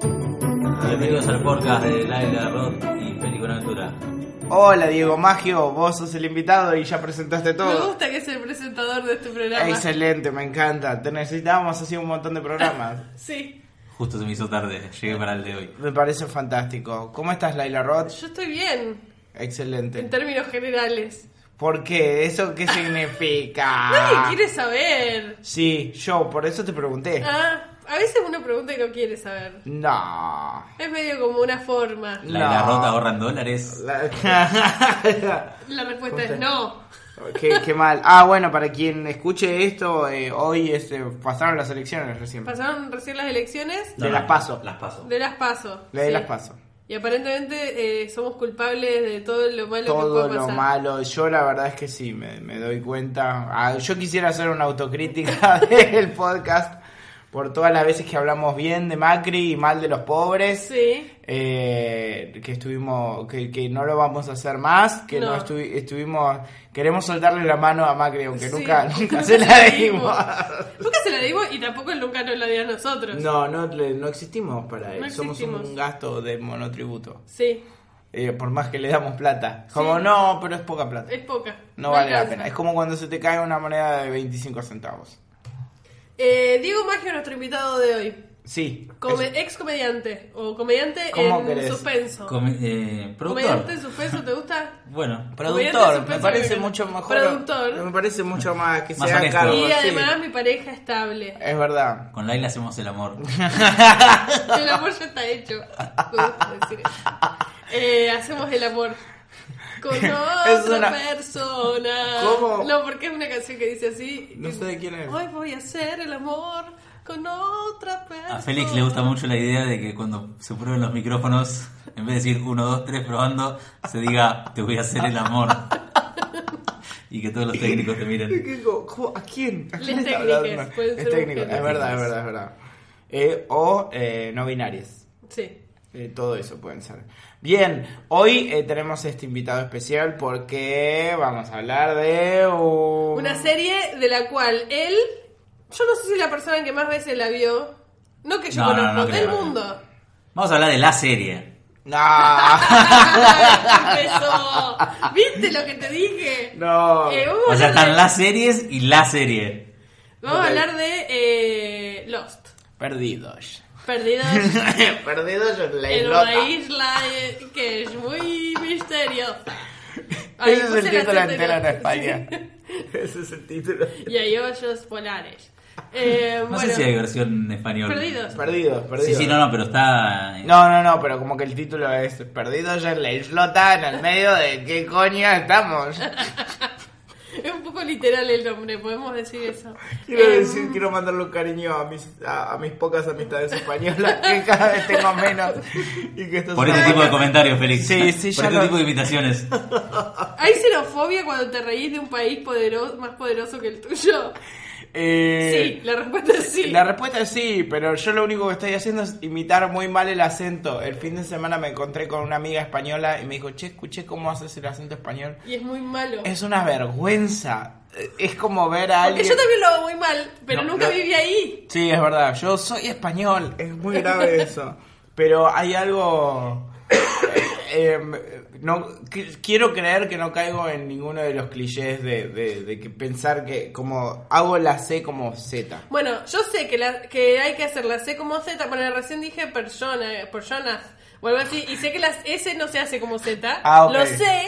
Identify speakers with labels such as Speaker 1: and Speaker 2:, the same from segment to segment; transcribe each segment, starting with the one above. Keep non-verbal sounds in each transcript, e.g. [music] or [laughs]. Speaker 1: Bienvenidos al podcast de Laila Roth y Película Aventura.
Speaker 2: Hola Diego Magio, vos sos el invitado y ya presentaste
Speaker 3: Me
Speaker 2: todo.
Speaker 3: gusta que es el presentador de este programa.
Speaker 2: Excelente, me encanta. Te necesitábamos así un montón de
Speaker 3: [laughs]
Speaker 2: programas.
Speaker 3: Sí,
Speaker 1: Justo se me hizo tarde, llegué para el de hoy.
Speaker 2: Me parece fantástico. ¿Cómo estás Laila Roth?
Speaker 3: yo estoy bien, en
Speaker 2: Excelente.
Speaker 3: términos generales.
Speaker 2: ¿Por qué? ¿Eso qué
Speaker 3: [laughs] Nadie
Speaker 2: significa?
Speaker 3: quiere saber.
Speaker 2: Sí, yo, por eso te pregunté.
Speaker 3: Ah, a veces uno pregunta y no quiere saber.
Speaker 2: No.
Speaker 3: Es medio como una forma.
Speaker 1: Laila
Speaker 2: No.
Speaker 1: Roth ahorran dólares.
Speaker 2: La- [laughs]
Speaker 3: La respuesta es no.
Speaker 2: qué, qué mal. Ah, bueno, para quien escuche esto, eh, hoy este, pasaron las elecciones recién.
Speaker 3: Pasaron recién las elecciones
Speaker 2: De las paso.
Speaker 1: Las paso.
Speaker 3: de las PASO.
Speaker 2: Le de
Speaker 3: sí.
Speaker 2: las paso.
Speaker 3: Y aparentemente eh, somos culpables de todo lo malo
Speaker 2: todo
Speaker 3: que puede
Speaker 2: lo
Speaker 3: pasar.
Speaker 2: malo. Yo la verdad es que sí, me, me doy cuenta. Ah, yo quisiera hacer una autocrítica [laughs] del podcast por todas las veces que hablamos bien de Macri y mal de los pobres.
Speaker 3: Sí.
Speaker 2: Eh, que estuvimos que, que no lo vamos a hacer más que no,
Speaker 3: No.
Speaker 2: estuvi- estuvimos queremos soltarle la mano a Macri aunque
Speaker 3: Sí. [laughs]
Speaker 2: nunca nunca se la dimos
Speaker 3: Nunca se la dimos y tampoco nunca nos la dio a nosotros.
Speaker 2: no no le- no existimos para él
Speaker 3: No
Speaker 2: somos un
Speaker 3: existimos.
Speaker 2: gasto de monotributo
Speaker 3: Sí,
Speaker 2: Eh, por más que le damos plata como
Speaker 3: Sí.
Speaker 2: no pero es poca plata
Speaker 3: es poca.
Speaker 2: No vale la
Speaker 3: alcanza.
Speaker 2: pena. Es como cuando se te cae una moneda de 25 centavos.
Speaker 3: Eh, Diego Maggio, nuestro invitado de hoy.
Speaker 2: Sí.
Speaker 3: Come-
Speaker 2: es-
Speaker 3: ex comediante o comediante
Speaker 2: ¿Cómo
Speaker 3: en
Speaker 2: querés?
Speaker 3: suspenso.
Speaker 1: Come- eh,
Speaker 3: ¿Comediante
Speaker 1: productor.
Speaker 3: en suspenso te gusta?
Speaker 1: Bueno,
Speaker 3: Comediante
Speaker 2: productor, me
Speaker 3: suspenso
Speaker 2: parece
Speaker 3: que-
Speaker 2: mucho mejor.
Speaker 3: Productor.
Speaker 2: Me parece mucho más que
Speaker 1: Más
Speaker 2: se haga
Speaker 1: honesto.
Speaker 2: cargo.
Speaker 3: Y
Speaker 2: sí.
Speaker 3: además mi pareja estable.
Speaker 2: Es verdad.
Speaker 1: con Laila hacemos el
Speaker 3: [laughs]
Speaker 1: amor.
Speaker 3: El amor ya está hecho. Me gusta decir eso. Eh, hacemos el amor con
Speaker 2: Es
Speaker 3: otra
Speaker 2: una-
Speaker 3: persona.
Speaker 2: ¿Cómo?
Speaker 3: No, porque es una canción que dice así.
Speaker 2: No sé de quién es.
Speaker 3: Hoy voy a hacer el amor con otra persona.
Speaker 1: A Félix le gusta mucho la idea de que cuando se prueben los micrófonos, en vez de decir 1, 2, 3 probando, se diga te voy a hacer el amor. Y que todos los técnicos te miren.
Speaker 2: ¿Qué- co- co- ¿A quién? ¿A
Speaker 3: Les
Speaker 2: quién está
Speaker 3: técnicas,
Speaker 2: hablando?
Speaker 3: pueden
Speaker 2: Es
Speaker 3: ser
Speaker 2: técnico.
Speaker 3: mujeres.
Speaker 2: Es verdad, es verdad, es verdad. Eh, o eh, no binarias.
Speaker 3: Sí.
Speaker 2: Eh, todo eso pueden ser. Bien, hoy eh, tenemos este invitado especial porque vamos a hablar de un-
Speaker 3: Una serie de la cual él, yo no sé si es la persona que más veces la vio, no que yo
Speaker 1: No, no,
Speaker 3: conozco,
Speaker 1: no
Speaker 3: del
Speaker 1: creo. [laughs]
Speaker 3: mundo.
Speaker 1: Vamos a hablar de la serie.
Speaker 2: [laughs] No,
Speaker 3: Empezó. ¿Viste lo que te dije?
Speaker 2: no.
Speaker 3: Eh, vamos a
Speaker 1: O sea,
Speaker 3: hablar
Speaker 1: están
Speaker 3: de,
Speaker 1: las series y la serie.
Speaker 3: vamos
Speaker 2: Ok.
Speaker 3: a hablar de eh, Lost.
Speaker 2: [laughs] Perdidos.
Speaker 3: Perdidos
Speaker 1: [laughs]
Speaker 2: Perdidos en la
Speaker 3: en una
Speaker 2: islota.
Speaker 3: isla eh, que es muy misteriosa. Ay,
Speaker 2: Ese es
Speaker 3: puse
Speaker 2: el
Speaker 3: la
Speaker 2: título
Speaker 3: tercera.
Speaker 2: entero en [laughs] España. Ese es el título.
Speaker 3: Y hay hoyos polares. Eh,
Speaker 1: No
Speaker 3: bueno,
Speaker 1: sé si hay versión en español.
Speaker 3: Perdidos.
Speaker 2: Perdidos, perdidos.
Speaker 1: Sí, sí, no, no, pero está. eh,
Speaker 2: No, no, no, pero como que el título es Perdidos en la islota, en el medio de qué coño estamos.
Speaker 3: Es un poco literal el nombre, podemos decir eso.
Speaker 2: Quiero
Speaker 3: Em,
Speaker 2: decir, quiero mandarle un cariño a mis, a, a mis pocas amistades españolas, que cada vez tengo menos. Y que esto
Speaker 1: Por
Speaker 2: es
Speaker 1: este
Speaker 2: una-
Speaker 1: tipo de comentarios, Félix.
Speaker 2: Sí, sí,
Speaker 1: Por
Speaker 2: ya
Speaker 1: este
Speaker 2: lo-
Speaker 1: tipo de invitaciones.
Speaker 3: ¿Hay xenofobia cuando te reís de un país poderoso, más poderoso que el tuyo? Sí,
Speaker 2: Eh,
Speaker 3: la respuesta es sí.
Speaker 2: La respuesta es sí, pero yo lo único que estoy haciendo es imitar muy mal el acento. El fin de semana me encontré con una amiga española y me dijo, che, escuché cómo haces el acento español.
Speaker 3: Y es muy malo.
Speaker 2: Es una vergüenza. Eh, Es como ver a
Speaker 3: Porque
Speaker 2: alguien...
Speaker 3: yo también lo hago muy mal, pero
Speaker 2: No,
Speaker 3: nunca
Speaker 2: lo-
Speaker 3: viví ahí.
Speaker 2: Sí, es verdad. Yo soy español. Es muy grave eso. Pero hay algo... eh, em, no, qu- quiero creer que no caigo en ninguno de los clichés de, de- de que pensar que como hago la C como Z.
Speaker 3: Bueno, yo sé que, la, que hay que hacer la C como Z, bueno, recién dije persona, personas, o algo así, y sé que las S no se hace como Z.
Speaker 2: Ah, ok.
Speaker 3: Lo sé,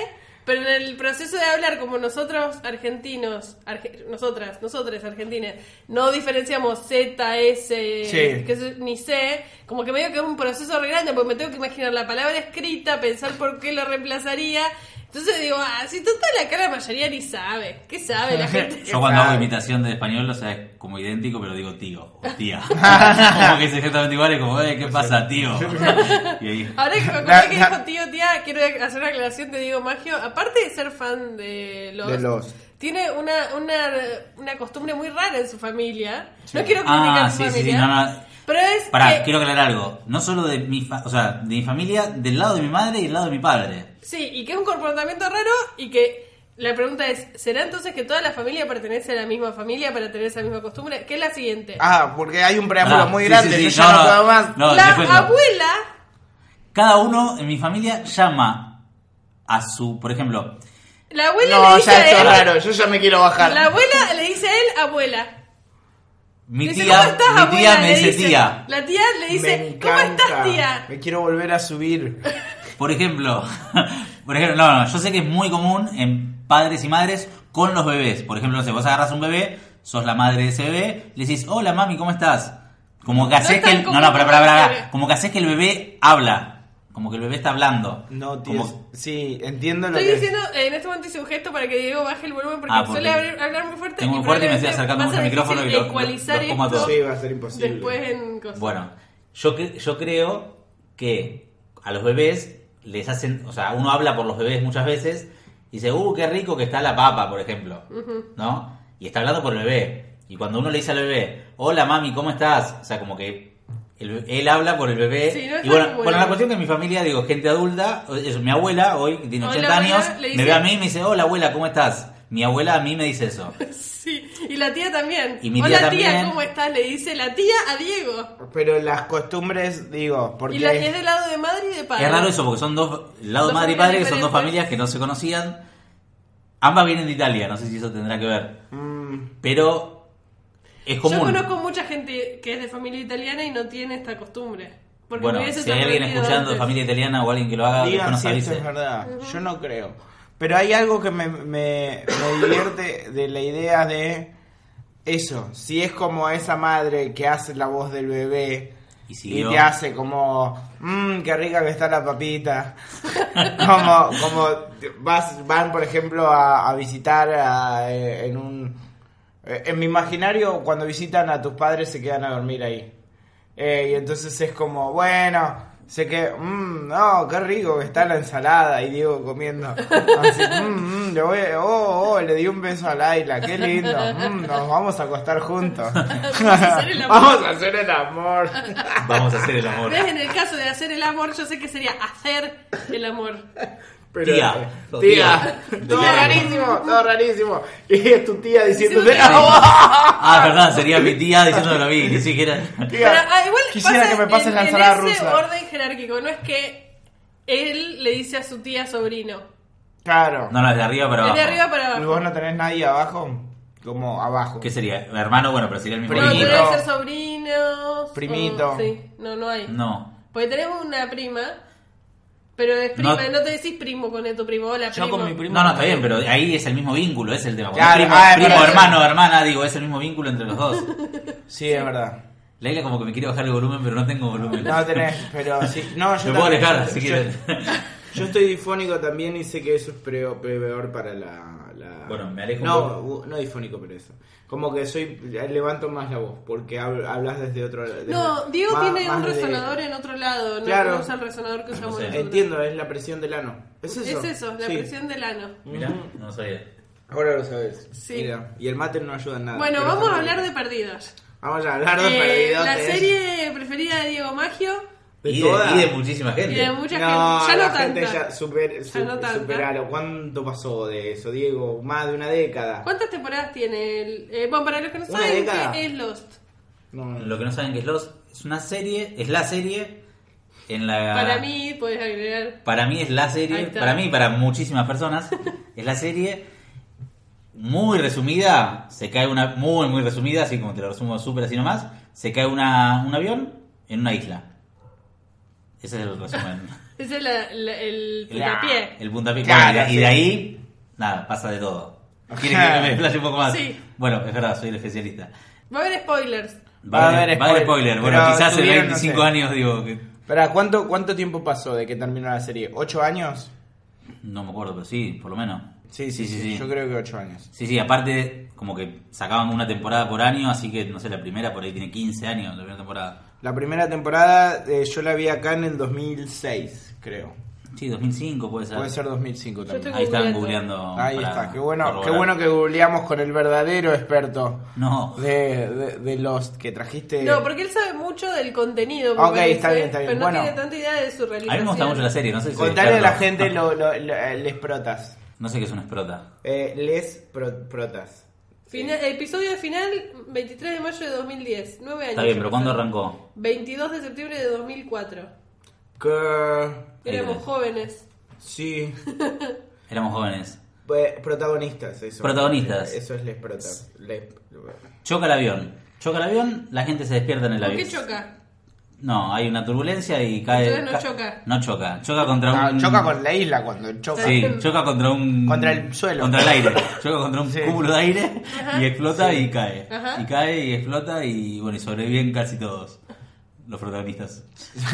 Speaker 3: Pero en el proceso de hablar, como nosotros argentinos, arge- nosotras, nosotras argentinas, no diferenciamos Z, S,
Speaker 2: Sí.
Speaker 3: que es- ni C, como que medio que es un proceso re grande, porque me tengo que imaginar la palabra escrita, pensar por qué lo reemplazaría. Entonces digo, ah, si total acá la mayoría ni sabe. ¿Qué sabe
Speaker 2: [laughs]
Speaker 3: la gente?
Speaker 1: Yo cuando hago
Speaker 2: sabe?
Speaker 1: imitación de español, o sea, es como idéntico, pero digo tío o
Speaker 3: [laughs]
Speaker 1: tía. como que es exactamente igual, es como, "Eh, ¿qué pasa, tío?
Speaker 3: [laughs]
Speaker 1: y ahí,
Speaker 3: Ahora que me acordé que dijo tío, tía, quiero hacer una aclaración, te digo, Magio, aparte de ser fan de Lost,
Speaker 2: De Lost.
Speaker 3: tiene una, una, una costumbre muy rara en su familia. No quiero
Speaker 1: Ah,
Speaker 3: criticar su
Speaker 1: sí, sí,
Speaker 3: familia,
Speaker 1: no, no.
Speaker 3: pero es
Speaker 1: Pará,
Speaker 3: que-
Speaker 1: quiero aclarar algo. No solo de mi, fa- o sea, de mi familia, del lado de mi madre y del lado de mi padre.
Speaker 3: Sí, y que es un comportamiento raro y que la pregunta es, ¿será entonces que toda la familia pertenece a la misma familia para tener esa misma costumbre? Que es la siguiente.
Speaker 2: Ah, porque hay un preámbulo
Speaker 1: Pará,
Speaker 2: muy
Speaker 1: sí,
Speaker 2: grande,
Speaker 1: sí, sí,
Speaker 2: yo ya no, puedo más.
Speaker 1: no,
Speaker 3: la
Speaker 1: después no.
Speaker 3: abuela,
Speaker 1: Cada uno en mi familia llama a su, por ejemplo,
Speaker 3: la abuela
Speaker 2: No,
Speaker 3: le dice
Speaker 2: ya
Speaker 3: a
Speaker 2: esto es
Speaker 3: él,
Speaker 2: raro, yo ya me quiero bajar.
Speaker 3: la abuela le dice a él abuela.
Speaker 1: mi
Speaker 3: Dice,
Speaker 1: tía,
Speaker 3: ¿cómo estás,
Speaker 1: mi
Speaker 3: abuela?
Speaker 1: tía me
Speaker 3: Le
Speaker 1: dice
Speaker 3: dice.
Speaker 1: tía.
Speaker 3: La tía le
Speaker 2: Me
Speaker 3: dice, ¿cómo
Speaker 2: encanta,
Speaker 3: estás, tía?
Speaker 2: Me quiero volver a subir.
Speaker 1: Por ejemplo, [laughs] por ejemplo, no, no, yo sé que es muy común en padres y madres con los bebés. Por ejemplo, si vos agarras un bebé, sos la madre de ese bebé, le decís, hola mami, ¿cómo estás? Como que
Speaker 3: No
Speaker 1: haces
Speaker 3: es
Speaker 1: que
Speaker 3: tan
Speaker 1: el, no,
Speaker 3: común
Speaker 1: no, pará,
Speaker 3: como
Speaker 1: pará, pará,
Speaker 3: parece.
Speaker 1: como que haces que el bebé habla, como que el bebé está hablando.
Speaker 2: No, tío.
Speaker 1: Como-
Speaker 2: Sí, entiendo lo
Speaker 3: Estoy
Speaker 2: que.
Speaker 3: diciendo, eh, en este momento hice un gesto para que Diego baje el volumen porque,
Speaker 1: Ah, porque
Speaker 3: suele hablar, hablar muy fuerte.
Speaker 1: tengo muy fuerte y me estoy
Speaker 3: probablemente
Speaker 1: acercando
Speaker 3: va a ser
Speaker 1: mucho al micrófono
Speaker 3: difícil
Speaker 1: y lo-
Speaker 3: ecualizar
Speaker 1: lo- lo como a
Speaker 3: esto
Speaker 1: todos.
Speaker 2: Sí, va a ser imposible.
Speaker 3: Después en cosas.
Speaker 1: Bueno, yo, cre- yo creo que a los bebés les hacen, o sea, uno habla por los bebés muchas veces y dice, uh, qué rico que está la papa, por ejemplo, ¿no? Y está hablando por el bebé. Y cuando uno le dice al bebé, hola mami, ¿cómo estás? O sea, como que el- él habla por el bebé.
Speaker 3: Sí, no es
Speaker 1: y bueno,
Speaker 3: tan común.
Speaker 1: bueno, la cuestión que en mi familia, digo, gente adulta, es mi abuela hoy, que tiene
Speaker 3: Hola,
Speaker 1: 80
Speaker 3: abuela,
Speaker 1: años,
Speaker 3: le
Speaker 1: me
Speaker 3: dice-
Speaker 1: ve a mí y me dice, hola abuela, ¿cómo estás? Mi abuela a mí me dice eso.
Speaker 3: Sí, y la tía también.
Speaker 1: Y mi
Speaker 3: Hola
Speaker 1: tía
Speaker 3: tía,
Speaker 1: también.
Speaker 3: ¿cómo estás? Le dice la tía a Diego.
Speaker 2: Pero las costumbres, digo, porque.
Speaker 3: Y la es del lado de madre y de padre.
Speaker 1: Es raro eso porque son dos, el lado
Speaker 3: Dos
Speaker 1: madre y
Speaker 3: familias
Speaker 1: padre, que son dos
Speaker 3: diferentes.
Speaker 1: familias que no se conocían. Ambas vienen de Italia, no sé si eso tendrá que ver.
Speaker 2: mm,
Speaker 1: Pero es común.
Speaker 3: Yo conozco mucha gente que es de familia italiana y no tiene esta costumbre. Porque
Speaker 1: bueno,
Speaker 3: me hubiese
Speaker 1: si hay alguien
Speaker 3: sorprendido
Speaker 1: escuchando de
Speaker 3: antes. [laughs]
Speaker 1: familia italiana o alguien Ah, que lo haga, después
Speaker 2: Digan
Speaker 1: nos
Speaker 2: si esto
Speaker 1: avise.
Speaker 2: es verdad. Yo no creo. Pero hay algo que me, me, me divierte de la idea de eso. Si es como esa madre que hace la voz del bebé
Speaker 1: Y
Speaker 2: y,
Speaker 1: siguió.
Speaker 2: te hace como, mmm, qué rica que está la papita. [laughs] como como vas, van, por ejemplo, a, a visitar a, eh, en un... eh, En mi imaginario, cuando visitan a tus padres se quedan a dormir ahí. Eh, y entonces es como, bueno, sé que, mmm, no, qué rico que está la ensalada. Y Diego comiendo. Así, mmm, le voy, oh, oh, le di un beso a Laila, qué lindo. mm, nos vamos a acostar juntos.
Speaker 3: Vamos a hacer [laughs] el
Speaker 2: [laughs]
Speaker 3: amor.
Speaker 2: vamos a hacer el amor.
Speaker 1: Vamos a hacer el amor.
Speaker 3: [laughs] ¿Ves? En el caso de hacer el amor, yo sé que sería hacer el amor.
Speaker 1: Tía.
Speaker 2: Pero, tía,
Speaker 1: Tía.
Speaker 2: [laughs] todo
Speaker 1: Tía.
Speaker 2: rarísimo, todo rarísimo. Y es tu tía diciéndote, "Ah,
Speaker 3: Diciéndote,
Speaker 1: Ah, es verdad, sería mi tía diciéndolo lo vi, ni
Speaker 3: [laughs]
Speaker 1: siquiera.
Speaker 2: tía,
Speaker 3: Pero, ah, igual
Speaker 2: quisiera
Speaker 3: pasa
Speaker 2: que me pases
Speaker 3: en,
Speaker 2: la
Speaker 3: en
Speaker 2: ensalada
Speaker 3: ese
Speaker 2: rusa.
Speaker 3: orden jerárquico, no es que él le dice a su tía sobrino.
Speaker 2: Claro.
Speaker 1: No, no, es de arriba para
Speaker 3: Es
Speaker 1: abajo.
Speaker 3: de arriba para
Speaker 2: ¿Y
Speaker 3: abajo.
Speaker 2: vos no tenés nadie abajo? Como abajo.
Speaker 1: ¿Qué sería? Hermano, bueno, pero sería el mismo
Speaker 3: No,
Speaker 2: Primito.
Speaker 3: debe
Speaker 1: niño.
Speaker 3: ser sobrinos. o-
Speaker 2: Primito.
Speaker 3: sí, no, no hay.
Speaker 1: No.
Speaker 3: Porque tenemos una prima, pero es prima, no,
Speaker 1: No.
Speaker 3: te decís primo con tu primo, hola
Speaker 4: Yo
Speaker 3: primo.
Speaker 4: con mi primo-
Speaker 1: No, no, está bien, pero ahí es el mismo vínculo, es el tema. Cuando
Speaker 2: Claro,
Speaker 1: primo,
Speaker 2: ah, es
Speaker 1: primo,
Speaker 2: verdad.
Speaker 1: hermano, hermana, digo, es el mismo vínculo entre los dos.
Speaker 2: Sí, es verdad.
Speaker 1: Leila como que me quiere bajar el volumen, pero no tengo
Speaker 2: [laughs]
Speaker 1: volumen.
Speaker 2: No tenés, pero sí. No, Ah, yo
Speaker 1: Me puedo
Speaker 2: también-
Speaker 1: alejar, así
Speaker 2: yo-
Speaker 1: que...
Speaker 2: Yo estoy difónico también y sé que eso es pre- peor para la, la-
Speaker 1: Bueno, me alejo un
Speaker 2: No, u- no difónico, pero eso. Como que soy eh, levanto más la voz porque hab- hablas desde otro. desde-
Speaker 3: No, Diego
Speaker 2: más-
Speaker 3: tiene
Speaker 2: más
Speaker 3: un
Speaker 2: de-
Speaker 3: resonador en otro lado, no
Speaker 2: Claro.
Speaker 3: no usa el resonador que usamos
Speaker 1: sé.
Speaker 3: nosotros.
Speaker 2: Entiendo, es la presión del ano. Es eso.
Speaker 3: Es eso, la
Speaker 2: Sí.
Speaker 3: presión del ano.
Speaker 1: [laughs] Mirá, no sabía.
Speaker 2: Ahora lo sabes.
Speaker 3: Sí.
Speaker 2: Mira, y el mate no ayuda en nada.
Speaker 3: Bueno,
Speaker 2: Pero
Speaker 3: vamos a
Speaker 2: está
Speaker 3: hablar
Speaker 2: bien.
Speaker 3: de perdidos.
Speaker 2: Vamos a hablar de
Speaker 3: Eh,
Speaker 2: perdidos.
Speaker 3: la
Speaker 2: de-
Speaker 3: serie preferida de Diego Maggio
Speaker 2: de
Speaker 1: y,
Speaker 2: todas.
Speaker 1: de, y de muchísima gente.
Speaker 3: y de mucha
Speaker 2: no,
Speaker 3: gente. Ya
Speaker 2: la
Speaker 3: no
Speaker 2: gente
Speaker 3: tanta.
Speaker 2: ya super, super-
Speaker 3: no tanta.
Speaker 2: superalo. ¿Cuánto pasó de eso, Diego? Más de una década.
Speaker 3: ¿Cuántas temporadas tiene? El, eh, bueno, para los que no
Speaker 2: Una
Speaker 3: saben,
Speaker 2: década.
Speaker 3: ¿qué es Lost?
Speaker 2: No, no.
Speaker 1: Lo que no saben que es Lost es una serie, es la serie en la...
Speaker 3: Para mí, puedes agregar.
Speaker 1: Para mí es la
Speaker 3: Ahí
Speaker 1: serie,
Speaker 3: está.
Speaker 1: para mí y para muchísimas
Speaker 3: [laughs]
Speaker 1: personas, es la serie muy resumida, se cae una... Muy, muy resumida, así como te lo resumo súper así
Speaker 3: [laughs]
Speaker 1: nomás, se cae una, un avión en una isla. Ese es el resumen.
Speaker 3: Ese es la- la-
Speaker 1: El-
Speaker 3: el puntapié.
Speaker 1: El puntapié.
Speaker 2: Claro,
Speaker 1: Bueno, y, de, y
Speaker 2: sí.
Speaker 1: de ahí, nada, pasa de todo. ¿Quieren que me explaye un poco más?
Speaker 3: Sí.
Speaker 1: Bueno, es verdad, soy el especialista.
Speaker 3: Va a haber spoilers.
Speaker 1: Va a haber, va a haber spoiler. Bueno,
Speaker 2: Pero
Speaker 1: quizás en
Speaker 2: tuvieron, no
Speaker 1: 25
Speaker 2: sé.
Speaker 1: años, digo, que
Speaker 2: Espera, ¿cuánto, ¿cuánto tiempo pasó de que terminó la serie? ¿Ocho años?
Speaker 1: no me acuerdo, pero sí, por lo menos.
Speaker 2: Sí, sí, sí. Yo creo que ocho años.
Speaker 1: Sí, sí, aparte, como que sacaban una temporada por año, así que, no sé, la primera por ahí tiene 15 años, la primera temporada.
Speaker 2: La primera temporada eh, yo la vi acá en el 2006, creo.
Speaker 1: Sí, 2005 puede ser.
Speaker 2: Puede ser 2005
Speaker 3: Yo
Speaker 2: también.
Speaker 3: estoy
Speaker 1: Ahí están
Speaker 3: googleando.
Speaker 1: googleando.
Speaker 2: Ahí
Speaker 1: para
Speaker 2: está, qué bueno, qué
Speaker 1: corroborar.
Speaker 2: bueno que googleamos con el verdadero experto
Speaker 1: No,
Speaker 2: de, de, de Lost que trajiste.
Speaker 3: No, porque él sabe mucho del contenido. me
Speaker 2: Ok,
Speaker 3: parece,
Speaker 2: está bien, está bien.
Speaker 3: Pero no
Speaker 2: Bueno.
Speaker 3: tiene tanta idea de su realidad.
Speaker 1: a mí me gusta mucho la serie, no sé si soy
Speaker 2: Contale a la
Speaker 1: experto.
Speaker 2: gente lo, lo- lo- eh, les protas.
Speaker 1: No sé qué es una esprota.
Speaker 2: Eh, les pro- protas.
Speaker 3: episodio final, 23 de mayo de 2010. 9 años.
Speaker 1: Está bien, pero ¿cuándo arrancó?
Speaker 3: 22 de septiembre de 2004.
Speaker 2: Que...
Speaker 1: Ahí
Speaker 3: Éramos
Speaker 1: tenés.
Speaker 3: jóvenes.
Speaker 2: Sí.
Speaker 1: Éramos jóvenes.
Speaker 2: Eh, Protagonistas, eso.
Speaker 1: Protagonistas.
Speaker 2: Eso es les protas. Les-
Speaker 1: Choca el avión. Choca el avión, la gente se despierta en el
Speaker 3: ¿Por
Speaker 1: avión.
Speaker 3: qué choca?
Speaker 1: No, hay una turbulencia y cae.
Speaker 3: Entonces no
Speaker 1: ca-
Speaker 3: choca.
Speaker 1: No choca. Choca contra
Speaker 2: Ah,
Speaker 1: un.
Speaker 2: choca con la isla cuando choca.
Speaker 1: mm.
Speaker 3: [laughs]
Speaker 1: Sí, choca contra un.
Speaker 2: Contra el suelo.
Speaker 1: Contra el
Speaker 2: [laughs]
Speaker 1: aire. Choca contra un
Speaker 2: Sí.
Speaker 1: cúmulo de aire y explota y cae.
Speaker 3: Ajá.
Speaker 1: Y cae y explota y bueno, y sobreviven casi todos. Los
Speaker 2: [laughs]
Speaker 1: protagonistas. [laughs]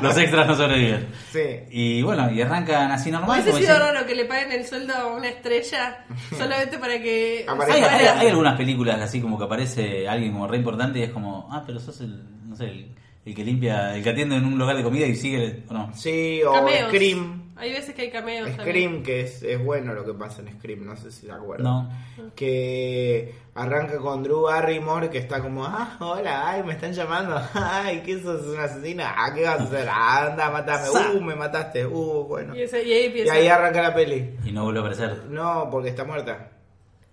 Speaker 1: Los extras no sobreviven.
Speaker 2: Sí.
Speaker 1: Y bueno, y arrancan así normal.
Speaker 3: Hubiese
Speaker 1: como
Speaker 3: sido
Speaker 1: dicen-
Speaker 3: raro que le paguen el sueldo a
Speaker 2: [laughs]
Speaker 3: una estrella solamente para que.
Speaker 2: Aparezca.
Speaker 1: Hay,
Speaker 3: se
Speaker 1: hay-
Speaker 3: muera.
Speaker 1: hay algunas películas así como que aparece alguien como re importante y es como, ah, pero sos el, no sé, el, el que limpia, el que atiende en un local de comida y sigue, el- o no.
Speaker 2: Sí, o
Speaker 3: Cameos.
Speaker 2: Scream.
Speaker 3: Hay veces que hay cameos. también.
Speaker 2: Scream, que es, es bueno lo que pasa en Scream, no sé si se acuerdan.
Speaker 1: No.
Speaker 2: Que arranca con Drew Barrymore, que está como, ah, hola, ay, me están llamando, [laughs] ay, que sos una asesina, ah, ¿qué vas a hacer? Ah, anda, matame, uh, me mataste, uh, bueno.
Speaker 3: Y, ese- y ahí
Speaker 2: Y
Speaker 3: empieza.
Speaker 2: ahí arranca la peli.
Speaker 1: Y no vuelve a aparecer.
Speaker 2: No, porque está muerta.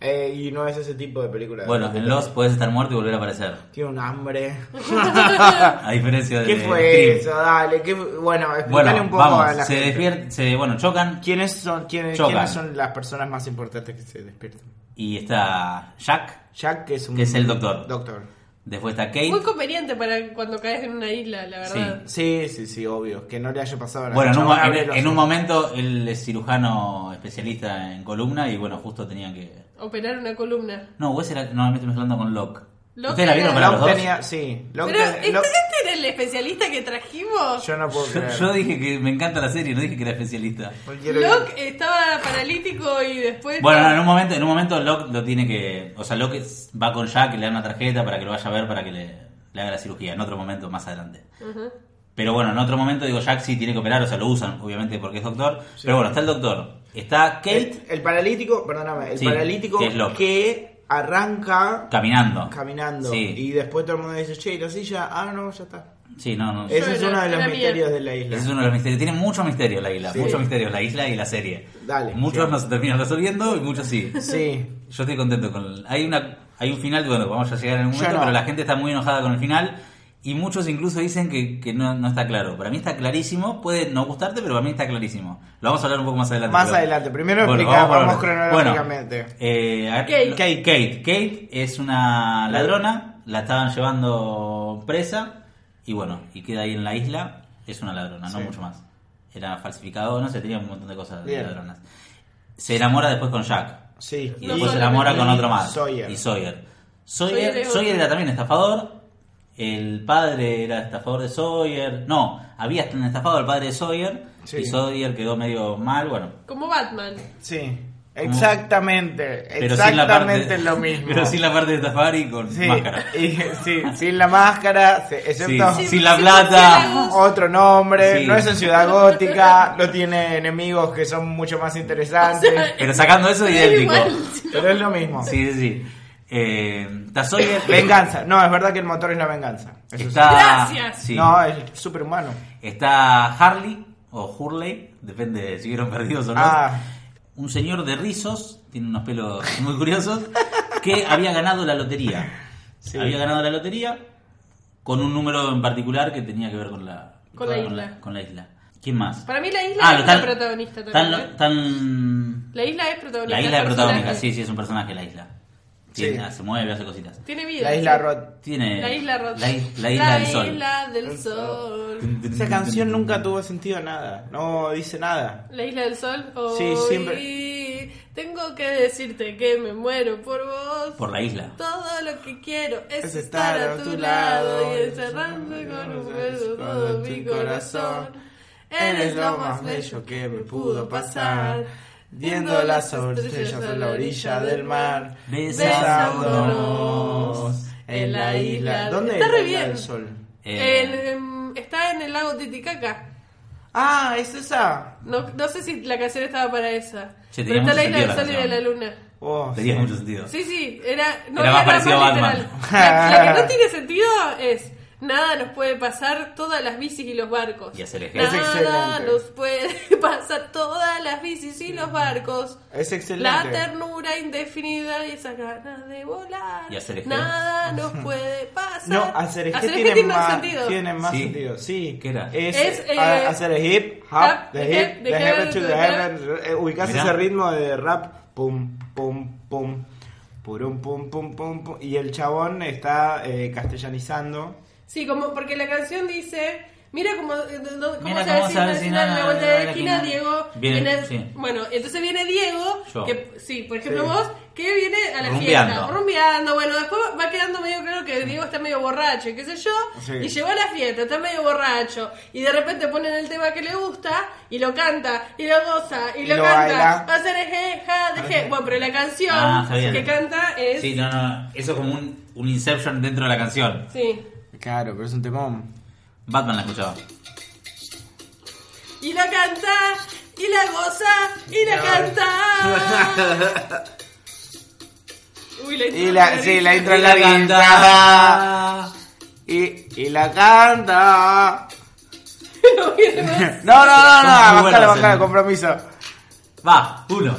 Speaker 2: Eh, y no es ese tipo de película.
Speaker 1: Bueno, en Lost puedes estar muerto y volver a aparecer.
Speaker 2: Tiene un hambre.
Speaker 1: A diferencia de.
Speaker 2: Ah, ¿Qué fue
Speaker 1: Scream.
Speaker 2: eso? Dale, ¿qué fue? bueno, explícale
Speaker 1: Bueno,
Speaker 2: un poco a la
Speaker 1: vamos, se
Speaker 2: gente.
Speaker 1: despierta, se, bueno, chocan
Speaker 2: ¿Quiénes son, quiénes,
Speaker 1: Chocan.
Speaker 2: ¿Quiénes son las personas más importantes que se despiertan?
Speaker 1: y está Jack,
Speaker 2: Jack, que es un...
Speaker 1: Que es el doctor.
Speaker 2: Doctor.
Speaker 1: después está
Speaker 3: Muy
Speaker 1: Kate.
Speaker 3: conveniente para cuando caes en una isla, la verdad.
Speaker 2: Sí, sí, sí, obvio. Que no le haya pasado nada.
Speaker 1: Bueno, en un,
Speaker 2: Chabón,
Speaker 1: mo- en-
Speaker 2: abre los
Speaker 1: en un
Speaker 2: ojos.
Speaker 1: momento él es cirujano especialista en columna y bueno, justo tenía que...
Speaker 3: Operar una columna.
Speaker 1: No, Wes era... No, me estoy mezclando con Locke.
Speaker 3: Locke
Speaker 1: ¿Ustedes la vieron
Speaker 3: era-
Speaker 1: para los
Speaker 2: Locke
Speaker 1: dos?
Speaker 2: tenía... Sí. Locke
Speaker 3: Pero,
Speaker 2: tenía-
Speaker 3: ¿este,
Speaker 2: Locke-
Speaker 3: este era el especialista que trajimos?
Speaker 2: Yo no puedo
Speaker 1: Yo,
Speaker 2: creer.
Speaker 1: yo dije que me encanta la serie, no dije que era especialista.
Speaker 2: No quiero-
Speaker 3: Locke estaba paralítico y después...
Speaker 1: Bueno, no, en un momento, en un momento Locke lo tiene que. O sea, Locke es- va con Jack, le da una tarjeta para que lo vaya a ver para que le, le haga la cirugía, en otro momento, más adelante. Pero bueno, en otro momento digo, Jack sí tiene que operar, o sea, lo usan, obviamente, porque es doctor. Pero bueno, está el doctor. Está
Speaker 2: El,
Speaker 1: Kate
Speaker 2: el paralítico, perdóname, el
Speaker 1: Sí,
Speaker 2: paralítico
Speaker 1: que es Locke.
Speaker 2: que arranca
Speaker 1: caminando.
Speaker 2: Eh, caminando
Speaker 1: Sí.
Speaker 2: y después todo el mundo dice, che, ¿y la silla, ah, no, ya está.
Speaker 1: Sí, no, no.
Speaker 2: Ese es
Speaker 3: era-
Speaker 2: uno de los
Speaker 3: era mía.
Speaker 2: misterios de la isla.
Speaker 1: Ese es uno de los misterios. Tiene mucho misterio la isla,
Speaker 2: Sí.
Speaker 1: mucho misterio la isla y la serie.
Speaker 2: Dale,
Speaker 1: Muchos
Speaker 2: sí.
Speaker 1: no se terminan resolviendo y muchos sí.
Speaker 2: Sí,
Speaker 1: Yo estoy contento con el- hay una hay un final bueno vamos a llegar en algún
Speaker 2: Yo
Speaker 1: momento
Speaker 2: no.
Speaker 1: pero la gente está muy enojada con el final y muchos incluso dicen que, que no, no está claro para mí está clarísimo puede no gustarte pero para mí está clarísimo lo vamos a hablar un poco más adelante
Speaker 2: Más
Speaker 1: pero-
Speaker 2: adelante. Primero explica-
Speaker 1: por
Speaker 2: vamos
Speaker 1: orden.
Speaker 2: cronológicamente.
Speaker 1: Bueno, eh, a ver,
Speaker 3: Kate.
Speaker 1: lo- Kate Kate Kate es una ladrona la estaban llevando presa y bueno y queda ahí en la isla es una ladrona no
Speaker 2: Sí.
Speaker 1: mucho más era falsificado no sé tenía un montón de cosas de
Speaker 2: Bien.
Speaker 1: ladronas se enamora después con Jack
Speaker 2: sí.
Speaker 1: y
Speaker 3: No
Speaker 1: después se
Speaker 3: Sawyer.
Speaker 1: enamora con otro más.
Speaker 2: Sawyer.
Speaker 1: Y Sawyer.
Speaker 3: Sawyer
Speaker 1: Sawyer,
Speaker 3: es
Speaker 1: Sawyer
Speaker 3: otro.
Speaker 1: era también estafador. El padre era estafador de Sawyer. No, había un estafado el padre de Sawyer.
Speaker 2: Sí.
Speaker 1: Y Sawyer quedó medio mal. Bueno,
Speaker 3: Como Batman.
Speaker 2: Sí, exactamente,
Speaker 1: pero sin la
Speaker 2: exactamente
Speaker 1: parte.
Speaker 2: lo
Speaker 1: [laughs]
Speaker 2: mismo.
Speaker 1: Pero sin la parte de estafar y con
Speaker 2: Sí,
Speaker 1: máscara.
Speaker 2: y- sí, sin la máscara, se- excepto
Speaker 1: Sí, Sin la plata.
Speaker 3: Ah.
Speaker 2: otro nombre,
Speaker 1: Sí.
Speaker 2: no es en Ciudad Gótica, no tiene enemigos que son mucho más interesantes,
Speaker 1: Pero sacando eso, idéntico.
Speaker 2: pero es lo mismo.
Speaker 1: Sí, sí, sí. Eh, está Sawyer.
Speaker 2: Venganza, no, es verdad que el motor es la venganza. Eso
Speaker 1: Está,
Speaker 3: Gracias.
Speaker 2: sí.
Speaker 1: sí.
Speaker 2: No, es superhumano.
Speaker 1: Está Harley o Hurley, depende de si vieron perdidos o no.
Speaker 2: Ah.
Speaker 1: Un señor de rizos, tiene unos pelos muy curiosos, que había ganado la lotería.
Speaker 2: [laughs] Sí.
Speaker 1: Había ganado la lotería con un número en particular que tenía que ver con la,
Speaker 3: Con la isla.
Speaker 1: con la isla. ¿Quién más?
Speaker 3: Para mí la isla
Speaker 1: Ah,
Speaker 3: es
Speaker 1: lo
Speaker 3: la
Speaker 1: tan-
Speaker 3: protagonista también.
Speaker 1: tan-
Speaker 3: ¿eh?
Speaker 1: tan-
Speaker 3: La isla es protagonista.
Speaker 1: la isla de
Speaker 3: personaje.
Speaker 1: protagonista, sí, sí, es un personaje la isla. Tiene- Se mueve, hace cositas.
Speaker 3: Tiene vida.
Speaker 2: La
Speaker 3: ¿eh?
Speaker 2: isla
Speaker 3: sí.
Speaker 2: Rod.
Speaker 1: Tiene.
Speaker 3: La isla Rod.
Speaker 1: Eh, La, is- la isla del sol.
Speaker 3: isla del sol.
Speaker 2: Esa canción nunca tuvo sentido nada. No dice nada.
Speaker 3: La isla del sol.
Speaker 2: Sí,
Speaker 3: Hoy Tengo que decirte que me muero por vos.
Speaker 1: Por la isla.
Speaker 3: Todo lo que quiero es,
Speaker 2: Es
Speaker 3: estar, a tu, lado, y encerrarme con un beso todo mi corazón. Eres lo más bello que me pudo pasar.
Speaker 2: Viendo las estrellas en la orilla del mar. Besándonos en la isla. ¿Dónde
Speaker 3: Está
Speaker 2: es
Speaker 3: re
Speaker 2: la isla
Speaker 3: bien.
Speaker 2: del sol?
Speaker 1: Eh,
Speaker 3: El, em, está en el lago Titicaca.
Speaker 2: Ah, es esa.
Speaker 3: No, no sé si la canción estaba para esa.
Speaker 1: Che, tenía
Speaker 3: pero está
Speaker 1: mucho
Speaker 3: la isla del
Speaker 1: sentido
Speaker 3: sol y
Speaker 1: la
Speaker 3: de la
Speaker 1: canción.
Speaker 3: luna.
Speaker 2: Oh,
Speaker 1: Tenía
Speaker 2: sí.
Speaker 1: mucho sentido.
Speaker 3: Sí, sí, era, no
Speaker 1: Era más
Speaker 3: había nada
Speaker 1: parecido a Batman.
Speaker 3: literal. La,
Speaker 1: [laughs]
Speaker 3: la que no tiene sentido es nada nos puede pasar todas las bicis y los barcos.
Speaker 1: Y hacer
Speaker 2: Es
Speaker 3: nada
Speaker 2: excelente.
Speaker 3: nos puede [laughs] pasar todas las bicis y los barcos.
Speaker 2: Es
Speaker 3: La
Speaker 2: excelente.
Speaker 3: ternura indefinida y esas ganas de volar.
Speaker 1: Y hacer eje.
Speaker 3: Nada
Speaker 2: [laughs]
Speaker 3: nos puede pasar.
Speaker 2: No, hacer hip
Speaker 3: Hacer eje
Speaker 2: tiene,
Speaker 3: tiene un
Speaker 2: más
Speaker 3: sentido.
Speaker 2: tiene más
Speaker 1: Sí.
Speaker 2: sentido. Sí,
Speaker 1: ¿Qué era?
Speaker 2: Es, ah,
Speaker 3: Es, eh,
Speaker 2: a- hacer el hip, hop,
Speaker 3: hop,
Speaker 2: the
Speaker 3: the
Speaker 2: hip,
Speaker 3: hip,
Speaker 2: the
Speaker 3: the
Speaker 2: heaven
Speaker 3: heaven
Speaker 2: to
Speaker 3: to
Speaker 2: the
Speaker 3: the
Speaker 2: heaven. Eh, Ubicás
Speaker 1: Mirá.
Speaker 2: ese ritmo de rap, pum, pum, pum, purum, pum, pum, pum, pum. Y el chabón está eh, castellanizando.
Speaker 3: Sí, como porque la canción dice, mira cómo, eh, do- do- cómo
Speaker 1: Mira
Speaker 3: se
Speaker 1: cómo
Speaker 3: avecina
Speaker 1: se
Speaker 3: la
Speaker 1: avecina
Speaker 3: esquina, en la
Speaker 1: la-
Speaker 3: vuelta
Speaker 1: la-
Speaker 3: de
Speaker 1: la
Speaker 3: la esquina,
Speaker 1: esquina.
Speaker 3: Diego.
Speaker 1: Viene,
Speaker 3: viene-
Speaker 1: sí.
Speaker 3: Bueno, entonces viene Diego,
Speaker 1: Yo.
Speaker 3: que sí, por ejemplo
Speaker 2: Sí.
Speaker 3: vos, que viene a la
Speaker 1: Rumbeando.
Speaker 3: fiesta, rumbeando, bueno, después va quedando medio claro que Diego está medio borracho y qué sé yo,
Speaker 2: Sí.
Speaker 3: y llegó a la fiesta, está medio borracho, y de repente ponen el tema que le gusta, y lo canta, y lo goza, y,
Speaker 2: Y
Speaker 3: lo,
Speaker 2: lo baila.
Speaker 3: canta, va a ser eje, ja, deje, bueno, pero la canción
Speaker 1: Ah, está bien.
Speaker 3: que canta es...
Speaker 1: Sí, no, no. Eso es como un, un Inception dentro de la canción.
Speaker 3: sí.
Speaker 2: Claro, pero es un temón.
Speaker 1: Batman la escuchaba.
Speaker 3: Y la canta, y la goza, y la canta. Uy, la intro
Speaker 2: Y la,
Speaker 3: es
Speaker 2: sí, la
Speaker 3: [laughs] larguísima.
Speaker 2: intro es larguísima.
Speaker 1: cantaba.
Speaker 2: Y, y la canta.
Speaker 3: No viene más.
Speaker 1: Son
Speaker 2: No, no, no, no,
Speaker 1: muy
Speaker 2: bajala,
Speaker 1: buenas,
Speaker 2: bajala,
Speaker 1: eh.
Speaker 2: compromiso.
Speaker 1: Va, uno,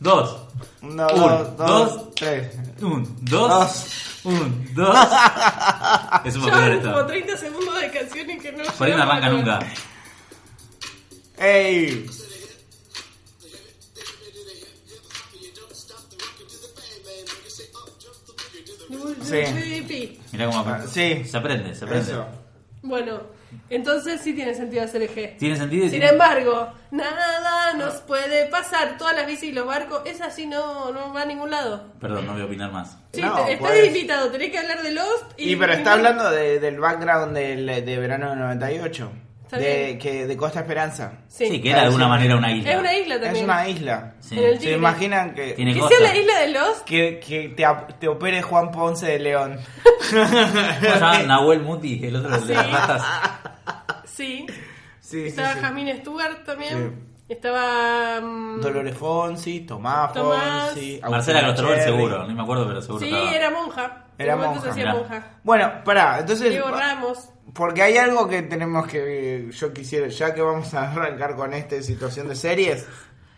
Speaker 1: dos,
Speaker 2: Uno,
Speaker 1: Un,
Speaker 2: dos, dos,
Speaker 1: dos,
Speaker 2: tres.
Speaker 1: un, dos,
Speaker 2: Dos.
Speaker 1: un,
Speaker 2: [laughs]
Speaker 1: dos. es un popular
Speaker 3: Son como
Speaker 1: esto.
Speaker 3: 30 segundos de canción y que no
Speaker 1: Por ahí no
Speaker 3: llegan
Speaker 1: arranca
Speaker 3: a-
Speaker 1: nunca.
Speaker 2: ¡Ey!
Speaker 3: Sí.
Speaker 1: Mirá cómo
Speaker 2: Ah, sí.
Speaker 1: se aprende, se aprende.
Speaker 2: Eso.
Speaker 3: Bueno, entonces sí tiene sentido hacer eje.
Speaker 1: Tiene sentido. y
Speaker 3: Sin
Speaker 1: tiene-
Speaker 3: embargo, nada nos puede pasar. Todas las bicis y los barcos, es así, no, no va a ningún lado.
Speaker 1: Perdón, no voy a opinar más.
Speaker 3: Sí,
Speaker 2: No,
Speaker 3: te- estás
Speaker 2: pues.
Speaker 3: invitado, tenés que hablar de Lost. Y,
Speaker 2: Y pero está
Speaker 3: y-
Speaker 2: hablando de- del background del, de verano del 98.
Speaker 3: Está
Speaker 2: De,
Speaker 3: bien.
Speaker 2: que, de Costa Esperanza.
Speaker 3: Sí.
Speaker 1: Sí, que era de alguna manera una isla.
Speaker 3: Es una isla también.
Speaker 2: Es una isla.
Speaker 1: Sí.
Speaker 3: En el
Speaker 2: ¿Se
Speaker 3: Tigre.
Speaker 2: imaginan que,
Speaker 1: Tiene-
Speaker 3: Que
Speaker 1: cosa.
Speaker 3: sea la isla de los.
Speaker 2: que, que te, ap- te opere Juan Ponce de León?
Speaker 1: ¿Cómo se
Speaker 2: [laughs]
Speaker 1: llama? Nahuel Muti, el otro de las
Speaker 3: Ah, Sí.
Speaker 1: ratas.
Speaker 3: Sí.
Speaker 2: Sí, sí,
Speaker 3: Estaba
Speaker 2: sí.
Speaker 3: Jasmine Stewart también. Estaba. mm,
Speaker 2: Dolores Fonsi, Tomás,
Speaker 3: Tomás.
Speaker 2: Fonsi. Agustina
Speaker 1: Marcela Grostrobel
Speaker 2: Cherry.
Speaker 1: seguro, no me acuerdo, pero seguro
Speaker 3: Sí,
Speaker 1: estaba.
Speaker 3: era monja.
Speaker 2: Era
Speaker 3: En un momento
Speaker 2: monja,
Speaker 3: se hacía
Speaker 1: mirá.
Speaker 3: monja.
Speaker 2: Bueno, pará, entonces.
Speaker 3: Diego Ramos.
Speaker 2: Porque hay algo que tenemos que. Yo quisiera, ya que vamos a arrancar con esta situación de series.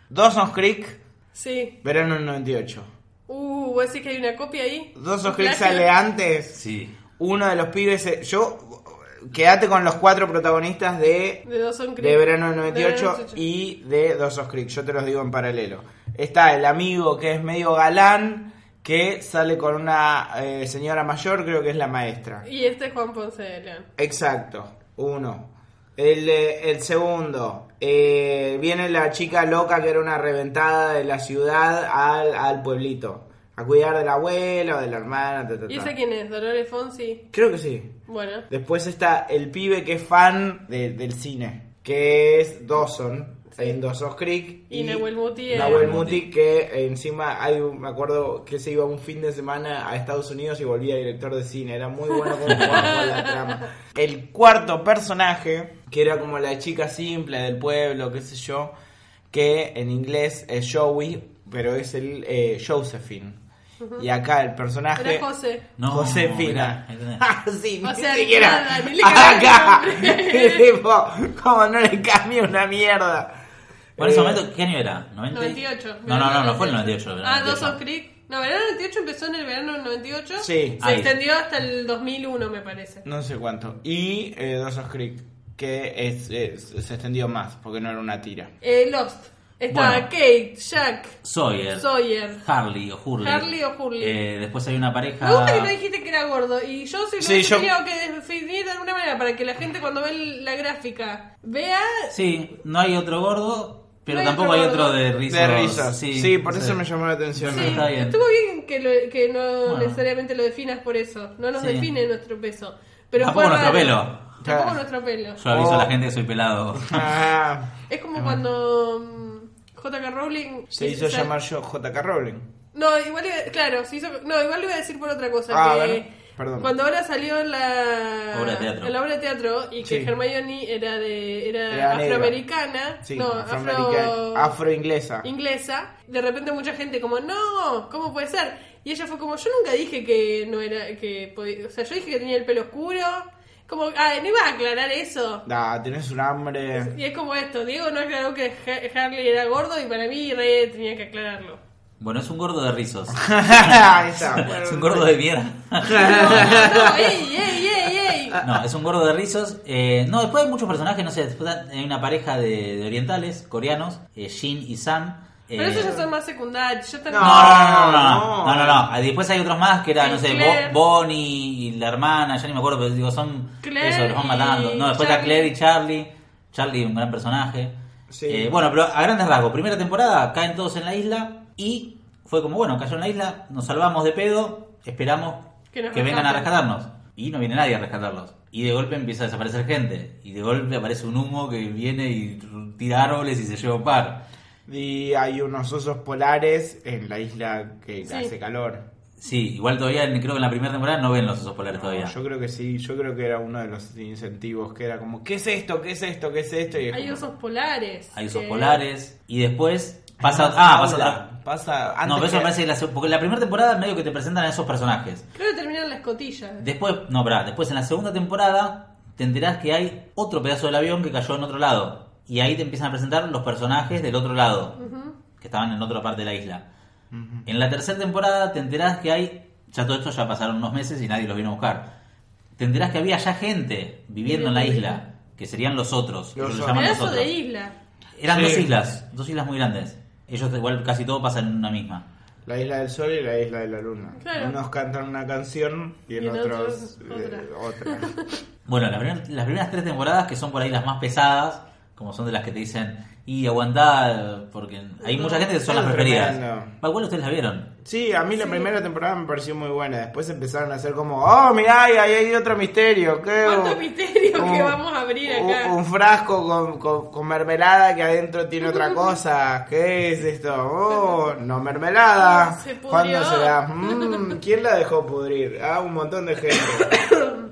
Speaker 2: Dawson's Creek,
Speaker 3: Sí.
Speaker 2: verano del 98.
Speaker 3: Uh, ¿vos decís que hay una copia ahí?
Speaker 2: Dawson's
Speaker 3: ¿Un
Speaker 2: Creek
Speaker 3: plagio?
Speaker 2: sale antes.
Speaker 1: Sí.
Speaker 2: Uno de los pibes. se- Yo. Quédate con los cuatro protagonistas de.
Speaker 3: De Dawson Creek.
Speaker 2: De verano del
Speaker 3: De
Speaker 2: 98
Speaker 3: 98.
Speaker 2: y de Dawson's Creek. Yo te los digo en paralelo. Está el amigo que es medio galán. Que sale con una eh, señora mayor, creo que es la maestra.
Speaker 3: Y este es Juan Ponce de León.
Speaker 2: Exacto, uno. El, eh, el segundo, eh, viene la chica loca que era una reventada de la ciudad al, al pueblito, a cuidar de la abuela o de la hermana. ta, ta, ta.
Speaker 3: ¿Y ese quién es? ¿Dolores Fonsi?
Speaker 2: Creo que sí.
Speaker 3: Bueno.
Speaker 2: Después está el pibe que es fan de- del cine, que es Dawson, en Dawson's Creek.
Speaker 3: Y Nahuel Muti en-
Speaker 2: Nahuel Muti, que encima hay un- me acuerdo que se iba un fin de semana a Estados Unidos y volvía director de cine. Era muy bueno
Speaker 3: [laughs]
Speaker 2: como jugaba con la trama. El cuarto personaje, que era como la chica simple del pueblo, qué sé yo, que en inglés es Joey, pero es el eh, Josephine. Y acá el personaje...
Speaker 3: Era José.
Speaker 1: No,
Speaker 2: Josefina.
Speaker 1: mirá, ahí tenés.
Speaker 2: [laughs] Ah, sí,
Speaker 3: O
Speaker 2: ni
Speaker 3: sea,
Speaker 2: siquiera.
Speaker 3: nada, ni le cambió el nombre.
Speaker 2: [laughs] Tipo, como no le cambia una mierda.
Speaker 1: Por ese
Speaker 2: Eh,
Speaker 1: momento, ¿qué año era? ¿90?
Speaker 3: 98.
Speaker 1: No, no, no, no fue el 98. el
Speaker 3: Ah,
Speaker 1: 98.
Speaker 3: Dawson Creek. No, verano 98 empezó en el verano del 98.
Speaker 2: Sí.
Speaker 3: Se
Speaker 1: Ahí.
Speaker 3: extendió hasta el 2001, me parece.
Speaker 2: No sé cuánto. Y eh, Dawson's Creek, que es, es- se extendió más, porque no era una tira.
Speaker 3: Eh, Lost. Está
Speaker 1: Bueno.
Speaker 3: Kate, Jack,
Speaker 1: Sawyer,
Speaker 3: Sawyer.
Speaker 1: Harley o Hurley.
Speaker 3: Harley o Hurley.
Speaker 1: Eh, después hay una pareja.
Speaker 3: Me gusta que no dijiste que era gordo. Y yo soy lo
Speaker 2: Sí,
Speaker 3: que
Speaker 2: yo-
Speaker 3: tenía que definir de alguna manera para que la gente cuando ve la gráfica vea.
Speaker 1: Sí, no hay otro gordo, pero
Speaker 3: No hay
Speaker 1: tampoco
Speaker 3: otro
Speaker 1: hay otro
Speaker 3: gordo.
Speaker 1: de
Speaker 2: De
Speaker 1: rizos.
Speaker 2: risas. Sí, por eso me llamó la atención.
Speaker 3: Sí,
Speaker 1: Bueno, está bien.
Speaker 3: Estuvo bien que, lo- que no
Speaker 1: Bueno.
Speaker 3: necesariamente lo definas por eso. No nos
Speaker 1: Sí.
Speaker 3: define nuestro peso. Pero
Speaker 1: Tampoco
Speaker 3: fue
Speaker 1: nuestro
Speaker 3: raro.
Speaker 1: pelo.
Speaker 3: Tampoco
Speaker 2: Ah.
Speaker 3: nuestro pelo.
Speaker 1: Yo aviso a la
Speaker 2: Oh.
Speaker 1: gente que soy pelado.
Speaker 2: Ah,
Speaker 3: Es como cuando mm, J.K. Rowling
Speaker 2: se hizo
Speaker 3: sa-
Speaker 2: llamar yo J.K. Rowling.
Speaker 3: No, igual iba- claro, se hizo, no, igual lo iba a decir por otra cosa
Speaker 2: Ah,
Speaker 3: que
Speaker 2: bueno, perdón.
Speaker 3: cuando ahora salió en la
Speaker 1: Obra de teatro.
Speaker 3: en la obra de teatro y que
Speaker 2: Sí.
Speaker 3: Hermione era de era,
Speaker 2: Era negra.
Speaker 3: afroamericana,
Speaker 2: Sí,
Speaker 3: no, afro,
Speaker 2: afroamericana- afroinglesa.
Speaker 3: inglesa, de repente mucha gente como, "No, ¿cómo puede ser?" Y ella fue como, "Yo nunca dije que no era que podía, o sea, yo dije que tenía el pelo oscuro." Como, ah, no iba a aclarar eso.
Speaker 2: Da, tenés un
Speaker 3: [laughs]
Speaker 2: hambre.
Speaker 3: Y es como esto, Diego no aclaró que Ha- Harley era gordo y para mí Rey tenía que aclararlo.
Speaker 1: Bueno, es un gordo de
Speaker 2: [laughs]
Speaker 1: rizos.
Speaker 2: Ahí está.
Speaker 1: es un gordo de mierda.
Speaker 3: No, no, ey, ey, ey, ey.
Speaker 1: No, es un gordo de rizos. Eh, no, después hay muchos personajes, no sé, después hay una pareja de, de orientales, coreanos, eh, Shin y Sam. Eh,
Speaker 3: Pero esos ya son más secundarios, ya están...
Speaker 2: No,
Speaker 1: No, no, no, no, no,
Speaker 2: No.
Speaker 1: no, no, no. Después hay otros más que era, no sé,
Speaker 3: Claire.
Speaker 1: Bo- Bonnie y la hermana, ya ni me acuerdo, pero digo, son
Speaker 3: Claire
Speaker 1: eso, los van
Speaker 3: y
Speaker 1: matando. No, después está
Speaker 3: Charlie.
Speaker 1: Claire y Charlie. Charlie, un gran personaje.
Speaker 2: Sí.
Speaker 1: Eh, bueno, pero a grandes rasgos, primera temporada, caen todos en la isla y fue como, bueno, cayó en la isla, nos salvamos de pedo, esperamos
Speaker 3: Que
Speaker 1: que,
Speaker 3: nos
Speaker 1: vengan a
Speaker 3: rescaten.
Speaker 1: rescatarnos. Y no viene nadie a rescatarlos. Y de golpe empieza a desaparecer gente. Y de golpe aparece un humo que viene y tira árboles y se lleva un par.
Speaker 2: Y hay unos osos polares en la isla que
Speaker 3: Sí.
Speaker 2: hace calor.
Speaker 1: Sí, igual todavía creo que en la primera temporada no ven los osos polares todavía.
Speaker 2: Yo creo que sí, yo creo que era uno de los incentivos que era como, ¿qué es esto? ¿Qué es esto? ¿Qué es esto? Y es
Speaker 3: Hay
Speaker 2: como,
Speaker 3: osos polares. eh,
Speaker 1: Hay osos
Speaker 3: que-
Speaker 1: polares. Y después pasa. Ah, pasa
Speaker 2: Paula,
Speaker 1: otra.
Speaker 2: Pasa antes
Speaker 1: No, pero eso
Speaker 2: que-
Speaker 1: me parece que la, se- porque la primera temporada medio que te presentan a esos personajes.
Speaker 3: Creo que terminaron la escotilla.
Speaker 1: Después, no, pará, después en la segunda temporada te enterás que hay otro pedazo del avión que cayó en otro lado. Y ahí te empiezan a presentar los personajes del otro lado, que estaban en otra parte de la isla. En la tercera temporada te enterás que hay, ya todo esto ya pasaron unos meses y nadie los vino a buscar. Te enterás que había ya gente viviendo en la isla, que serían los otros.
Speaker 2: Los
Speaker 1: ellos los
Speaker 2: otros.
Speaker 1: llaman los
Speaker 3: Pedazo de
Speaker 1: otros. [coughs]
Speaker 3: isla.
Speaker 1: Eran
Speaker 2: Sí.
Speaker 1: dos islas, dos islas muy grandes. Ellos igual casi todo pasa en una misma.
Speaker 2: La isla del sol y la isla de la luna.
Speaker 3: Claro.
Speaker 2: Unos cantan una canción y en,
Speaker 3: Y en
Speaker 2: otros,
Speaker 3: otros,
Speaker 2: eh, otra.
Speaker 1: Bueno, la primer- las primeras tres temporadas que son por ahí las más pesadas, como son de las que te dicen, y aguantá, porque hay mucha gente que son las
Speaker 2: Es tremendo.
Speaker 1: preferidas. Va, Igual ustedes las vieron.
Speaker 2: Sí, a mí la primera temporada me pareció muy buena. Después empezaron a hacer como, oh, mirá, ahí hay, otro misterio. ¿qué?
Speaker 3: ¿Cuánto misterio
Speaker 2: Como
Speaker 3: que vamos a abrir
Speaker 2: un-
Speaker 3: acá?
Speaker 2: Un, frasco con, con- con mermelada que adentro tiene
Speaker 3: [laughs]
Speaker 2: otra cosa. ¿Qué es esto? Oh, no mermelada.
Speaker 3: [laughs] Se pudrió.
Speaker 2: ¿Cuándo
Speaker 3: [laughs]
Speaker 2: será? Mm, ¿Quién la dejó pudrir? Ah, un montón de
Speaker 3: [laughs]
Speaker 2: gente.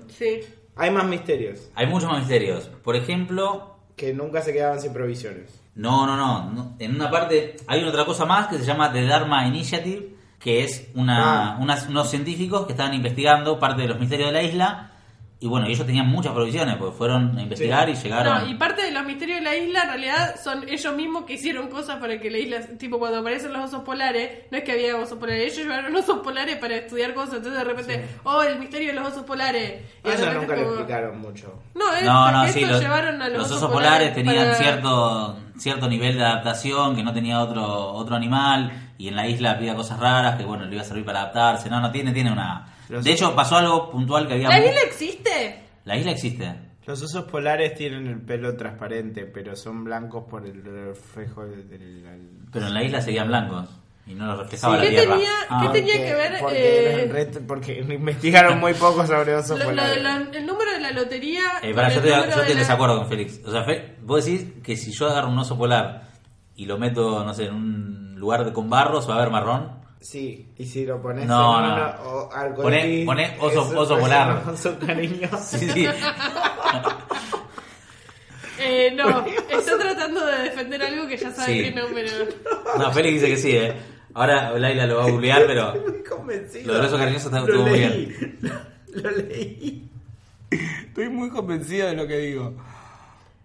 Speaker 3: Sí.
Speaker 2: Hay más misterios
Speaker 1: Hay muchos más misterios. Por ejemplo,
Speaker 2: que nunca se quedaban sin provisiones.
Speaker 1: no, no, no, no, En una parte hay otra cosa más que se llama The Dharma Initiative, que es una,
Speaker 2: Ah.
Speaker 1: unas- unos científicos que estaban investigando parte de los misterios de la isla. Y bueno, ellos tenían muchas provisiones, porque fueron a investigar y llegaron.
Speaker 3: No, y parte de los misterios de la isla en realidad son ellos mismos que hicieron cosas para que la isla, tipo cuando aparecen los osos polares, no es que había osos polares, ellos llevaron osos polares para estudiar cosas, entonces de repente, oh, el misterio de los osos polares. Y de
Speaker 2: Eso
Speaker 3: repente
Speaker 2: Ah, nunca
Speaker 3: es
Speaker 2: lo
Speaker 3: como-
Speaker 2: explicaron mucho.
Speaker 3: No, es
Speaker 1: No, no,
Speaker 3: porque
Speaker 1: sí,
Speaker 3: estos
Speaker 1: los,
Speaker 3: llevaron a los,
Speaker 1: los osos polares tenían
Speaker 3: para-
Speaker 1: cierto cierto nivel de adaptación que no tenía otro otro animal y en la isla había cosas raras que bueno le iba a servir para adaptarse. No, no tiene tiene una.
Speaker 2: Los-
Speaker 1: De hecho pasó algo puntual que había.
Speaker 3: ¿La
Speaker 1: mu-
Speaker 3: isla existe?
Speaker 1: La isla existe.
Speaker 2: Los osos polares tienen el pelo transparente, pero son blancos por el reflejo del... del-
Speaker 1: Pero en la isla seguían blancos y no lo reflejaba
Speaker 3: Sí,
Speaker 1: la
Speaker 3: ¿qué
Speaker 1: tierra.
Speaker 3: tenía-
Speaker 1: Ah,
Speaker 3: qué tenía- que ver,
Speaker 2: Porque,
Speaker 3: eh,
Speaker 2: el resto- porque [laughs] investigaron muy poco sobre osos
Speaker 3: Lo- lo-
Speaker 2: polares.
Speaker 3: lo- el número de la lotería.
Speaker 1: eh, pará,
Speaker 3: el
Speaker 1: yo te,
Speaker 3: número
Speaker 1: yo
Speaker 3: de
Speaker 1: te
Speaker 3: la-
Speaker 1: desacuerdo con Félix. O sea, Fe- vos decís que si yo agarro un oso polar y lo meto, no sé, en un lugar de- con barro, se va a ver marrón. [laughs]
Speaker 2: Sí, y si lo pones
Speaker 1: No,
Speaker 2: en
Speaker 1: no.
Speaker 2: una- o algo
Speaker 1: Poné-
Speaker 2: así,
Speaker 1: poné oso-
Speaker 2: es-
Speaker 1: oso
Speaker 2: es
Speaker 1: polar.
Speaker 2: [laughs] un Oso cariño.
Speaker 1: Sí, sí.
Speaker 3: Eh,
Speaker 1: [laughs]
Speaker 3: no, está tratando de defender algo que ya sabe
Speaker 1: Sí.
Speaker 3: qué número.
Speaker 1: No, Félix dice que sí, eh. Ahora Laila lo va a googlear,
Speaker 2: [laughs]
Speaker 1: pero.
Speaker 2: [laughs] Estoy convencido.
Speaker 1: Lo del oso cariñoso está- estuvo
Speaker 2: Lo
Speaker 1: muy
Speaker 2: leí. [laughs] Lo, lo leí. Estoy muy convencido de lo que digo.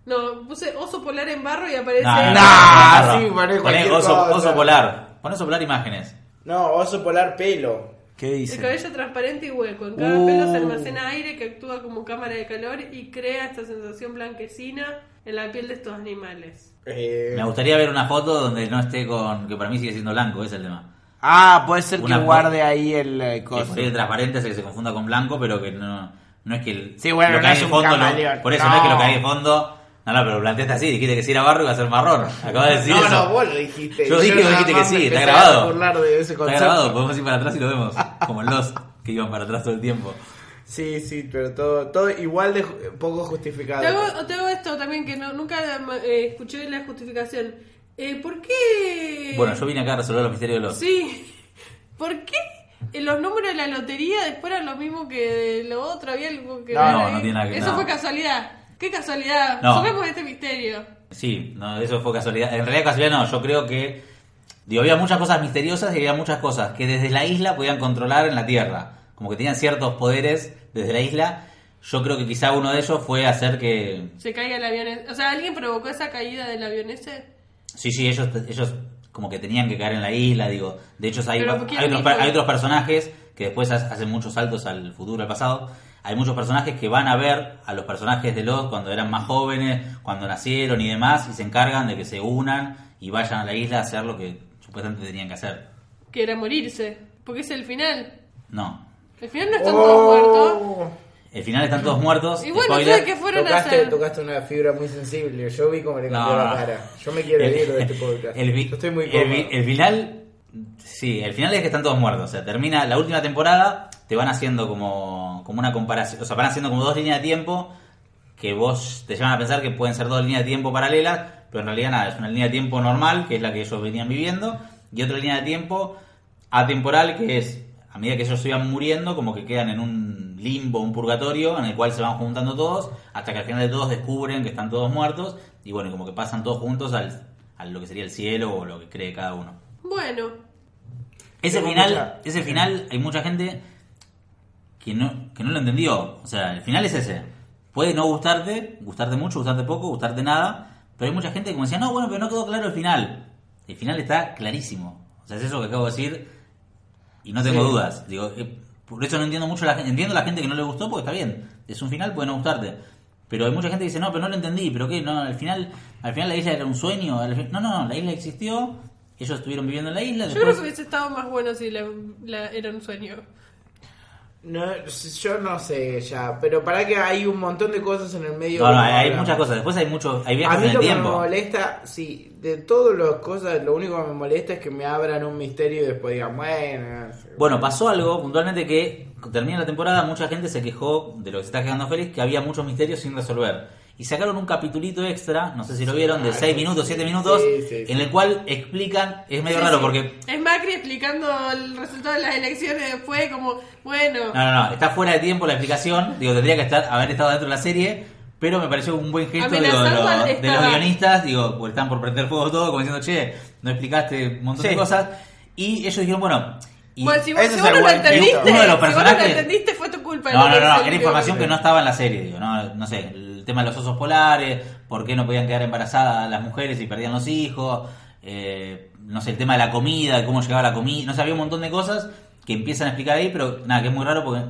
Speaker 3: No, puse oso polar en barro y aparece.
Speaker 1: Nah,
Speaker 2: Nah,
Speaker 1: no, no,
Speaker 2: sí,
Speaker 1: no.
Speaker 2: poné
Speaker 1: Poné
Speaker 2: cualquier
Speaker 1: oso,
Speaker 2: cosa.
Speaker 1: oso polar. Poné oso polar imágenes.
Speaker 2: No, oso polar pelo.
Speaker 1: ¿Qué
Speaker 3: El cabello transparente y hueco. En cada
Speaker 2: Uh.
Speaker 3: pelo se almacena aire que actúa como cámara de calor y crea esta sensación blanquecina en la piel de estos animales.
Speaker 2: Eh,
Speaker 1: Me gustaría ver una foto donde no esté con. que para mí sigue siendo blanco, ese es el tema.
Speaker 2: Ah, puede ser que
Speaker 1: Una-
Speaker 2: guarde ahí el eh,
Speaker 1: Que
Speaker 2: coso.
Speaker 1: por ahí el transparente hace que se confunda con blanco, pero que no, no es que el,
Speaker 2: Sí, bueno,
Speaker 1: lo que
Speaker 2: no
Speaker 1: hay
Speaker 2: es
Speaker 1: de
Speaker 2: un
Speaker 1: fondo.
Speaker 2: camaleón,
Speaker 1: lo- por eso no. es que
Speaker 2: no.
Speaker 1: lo que hay de fondo. No, no, pero planteaste así, dijiste que si era barro iba a ser marrón. Acabas de decir
Speaker 2: no,
Speaker 1: eso.
Speaker 2: no, vos lo dijiste.
Speaker 1: Yo dije, vos
Speaker 2: nada
Speaker 1: dijiste que
Speaker 2: más me
Speaker 1: sí, está
Speaker 2: empecé a
Speaker 1: grabado.
Speaker 2: burlar de ese
Speaker 1: está
Speaker 2: concepto.
Speaker 1: grabado, podemos ir para atrás y lo vemos. Como en los que iban para atrás todo el tiempo.
Speaker 2: Sí, sí, pero todo, todo igual de ju- poco justificado.
Speaker 3: Te hago, te hago esto también que no, nunca eh, escuché la justificación. Eh, ¿Por qué?
Speaker 1: Bueno, yo vine acá a resolver los misterios de los.
Speaker 3: Sí. ¿Por qué eh, los números de la lotería después eran lo mismo que de lo otro? Había algo que
Speaker 2: No,
Speaker 3: ver
Speaker 1: no,
Speaker 3: ahí?
Speaker 1: no tiene nada que-
Speaker 3: Eso
Speaker 1: no.
Speaker 3: fue casualidad. ¿Qué casualidad?
Speaker 1: No.
Speaker 3: Sabemos este misterio.
Speaker 1: Sí, no, eso fue casualidad. En realidad casualidad no, yo creo que digo, había muchas cosas misteriosas y había muchas cosas que desde la isla podían controlar en la Tierra. Como que tenían ciertos poderes desde la isla. Yo creo que quizá uno de ellos fue hacer que...
Speaker 3: Se caiga el avión. ese. O sea, ¿alguien provocó esa caída del avión ese?
Speaker 1: Sí, sí, ellos, ellos como que tenían que caer en la isla, digo. De hecho, hay,
Speaker 3: Pero,
Speaker 1: hay
Speaker 3: ¿quién
Speaker 1: otros,
Speaker 3: dijo?
Speaker 1: hay otros personajes que después ha- hacen muchos saltos al futuro, al pasado. Hay muchos personajes que van a ver a los personajes de los cuando eran más jóvenes, cuando nacieron y demás, y se encargan de que se unan y vayan a la isla a hacer lo que supuestamente tenían que hacer.
Speaker 3: Que era morirse. Porque es el final.
Speaker 1: No.
Speaker 3: El final no están
Speaker 4: Oh.
Speaker 3: todos
Speaker 2: Oh.
Speaker 3: muertos.
Speaker 1: El final están todos muertos.
Speaker 3: Y bueno,
Speaker 1: spoiler.
Speaker 3: ¿ustedes qué fueron a
Speaker 4: Tocaste,
Speaker 3: hacer?
Speaker 4: tocaste una fibra muy sensible. Yo vi cómo le
Speaker 1: No.
Speaker 4: cambió la cara. Yo me quiero ir de este podcast.
Speaker 1: el vi-
Speaker 4: Yo estoy muy
Speaker 1: el
Speaker 4: cómodo.
Speaker 1: vi- el final, sí, el final es que están todos muertos. O sea, termina la última temporada, te van haciendo como, como una comparación, o sea, van haciendo como dos líneas de tiempo que vos te llevan a pensar que pueden ser dos líneas de tiempo paralelas, pero en realidad nada, es una línea de tiempo normal, que es la que ellos venían viviendo, y otra línea de tiempo atemporal, que es a medida que ellos se iban muriendo, como que quedan en un limbo, un purgatorio, en el cual se van juntando todos, hasta que al final de todos descubren que están todos muertos, y bueno, como que pasan todos juntos al, a lo que sería el cielo o lo que cree cada uno.
Speaker 3: Bueno.
Speaker 1: Ese
Speaker 2: Tengo
Speaker 1: final,
Speaker 2: mucha-
Speaker 1: ese final, hay mucha gente que no, que no lo entendió. O sea, el final es ese. Puede no gustarte, gustarte mucho, gustarte poco, gustarte nada, pero hay mucha gente que me decía, no, bueno, pero no quedó claro el final. El final está clarísimo. O sea, es eso que acabo de decir y no tengo dudas. Digo, eh, por eso no entiendo mucho la gente. Entiendo a la gente que no le gustó porque está bien. Es un final, puede no gustarte. Pero hay mucha gente que dice, no, pero no lo entendí. ¿Pero qué? No, al final, al final la isla era un sueño. al fin- No, no, no, la isla existió. Ellos estuvieron viviendo en la isla.
Speaker 3: Yo
Speaker 1: después-
Speaker 3: creo que hubiese estado más bueno si la, la- era un sueño.
Speaker 2: No, yo no sé ya, pero para que hay un montón de cosas en el medio.
Speaker 1: No, no,
Speaker 2: que
Speaker 1: hay
Speaker 2: hablamos.
Speaker 1: muchas cosas. Después hay mucho, hay
Speaker 2: A
Speaker 1: viajes
Speaker 2: mí
Speaker 1: en el
Speaker 2: lo que me
Speaker 1: tiempo.
Speaker 2: molesta, sí, de todas las cosas, lo único que me molesta es que me abran un misterio y después digan, bueno,
Speaker 1: Bueno, pasó algo puntualmente que termina la temporada, mucha gente se quejó de lo que se está quedando feliz, que había muchos misterios sin resolver. Y sacaron un capitulito extra, no sé si lo vieron, de 6 minutos, 7 minutos,
Speaker 2: Ah, Sí, sí, sí.
Speaker 1: en el cual explican, es medio
Speaker 3: Sí,
Speaker 1: raro
Speaker 3: sí.
Speaker 1: porque...
Speaker 3: Es Macri explicando el resultado de las elecciones después, como, bueno.
Speaker 1: No, no, no, está fuera de tiempo la explicación, digo, tendría que estar, haber estado dentro de la serie, pero me pareció un buen gesto digo, de,
Speaker 3: Amenazando
Speaker 1: lo-
Speaker 3: al
Speaker 1: de los
Speaker 3: Estado.
Speaker 1: guionistas, digo, porque están por prender fuego todo, como diciendo, che, no explicaste un montón de
Speaker 2: Sí.
Speaker 1: cosas. Y ellos dijeron, bueno... Y,
Speaker 3: bueno, Pues si vos,
Speaker 2: ese
Speaker 3: si
Speaker 2: es
Speaker 3: vos
Speaker 2: el
Speaker 3: no lo
Speaker 2: buen punto.
Speaker 3: entendiste,
Speaker 1: Uno de los
Speaker 3: si vos no lo
Speaker 1: personajes-
Speaker 3: entendiste fue tu culpa.
Speaker 1: No, no,
Speaker 3: que
Speaker 1: no,
Speaker 3: hice,
Speaker 1: era
Speaker 3: digo.
Speaker 1: información que no estaba en la serie, digo, no, no sé, el tema de los osos polares, por qué no podían quedar embarazadas las mujeres y perdían los hijos, eh, no sé, el tema de la comida, de cómo llegaba la comida, no sé, había un montón de cosas que empiezan a explicar ahí, pero nada, que es muy raro porque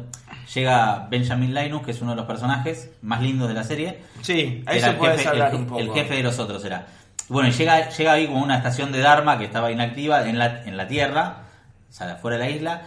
Speaker 1: llega Benjamin Linus, que es uno de los personajes más lindos de la serie,
Speaker 2: sí,
Speaker 1: que
Speaker 2: ahí
Speaker 1: era
Speaker 2: se
Speaker 1: el
Speaker 2: puede
Speaker 1: jefe,
Speaker 2: hablar
Speaker 1: el-
Speaker 2: un poco.
Speaker 1: el jefe de los otros era. Bueno, y llega, llega ahí como una estación de Dharma que estaba inactiva en la, en la Tierra, o sea, afuera de la isla,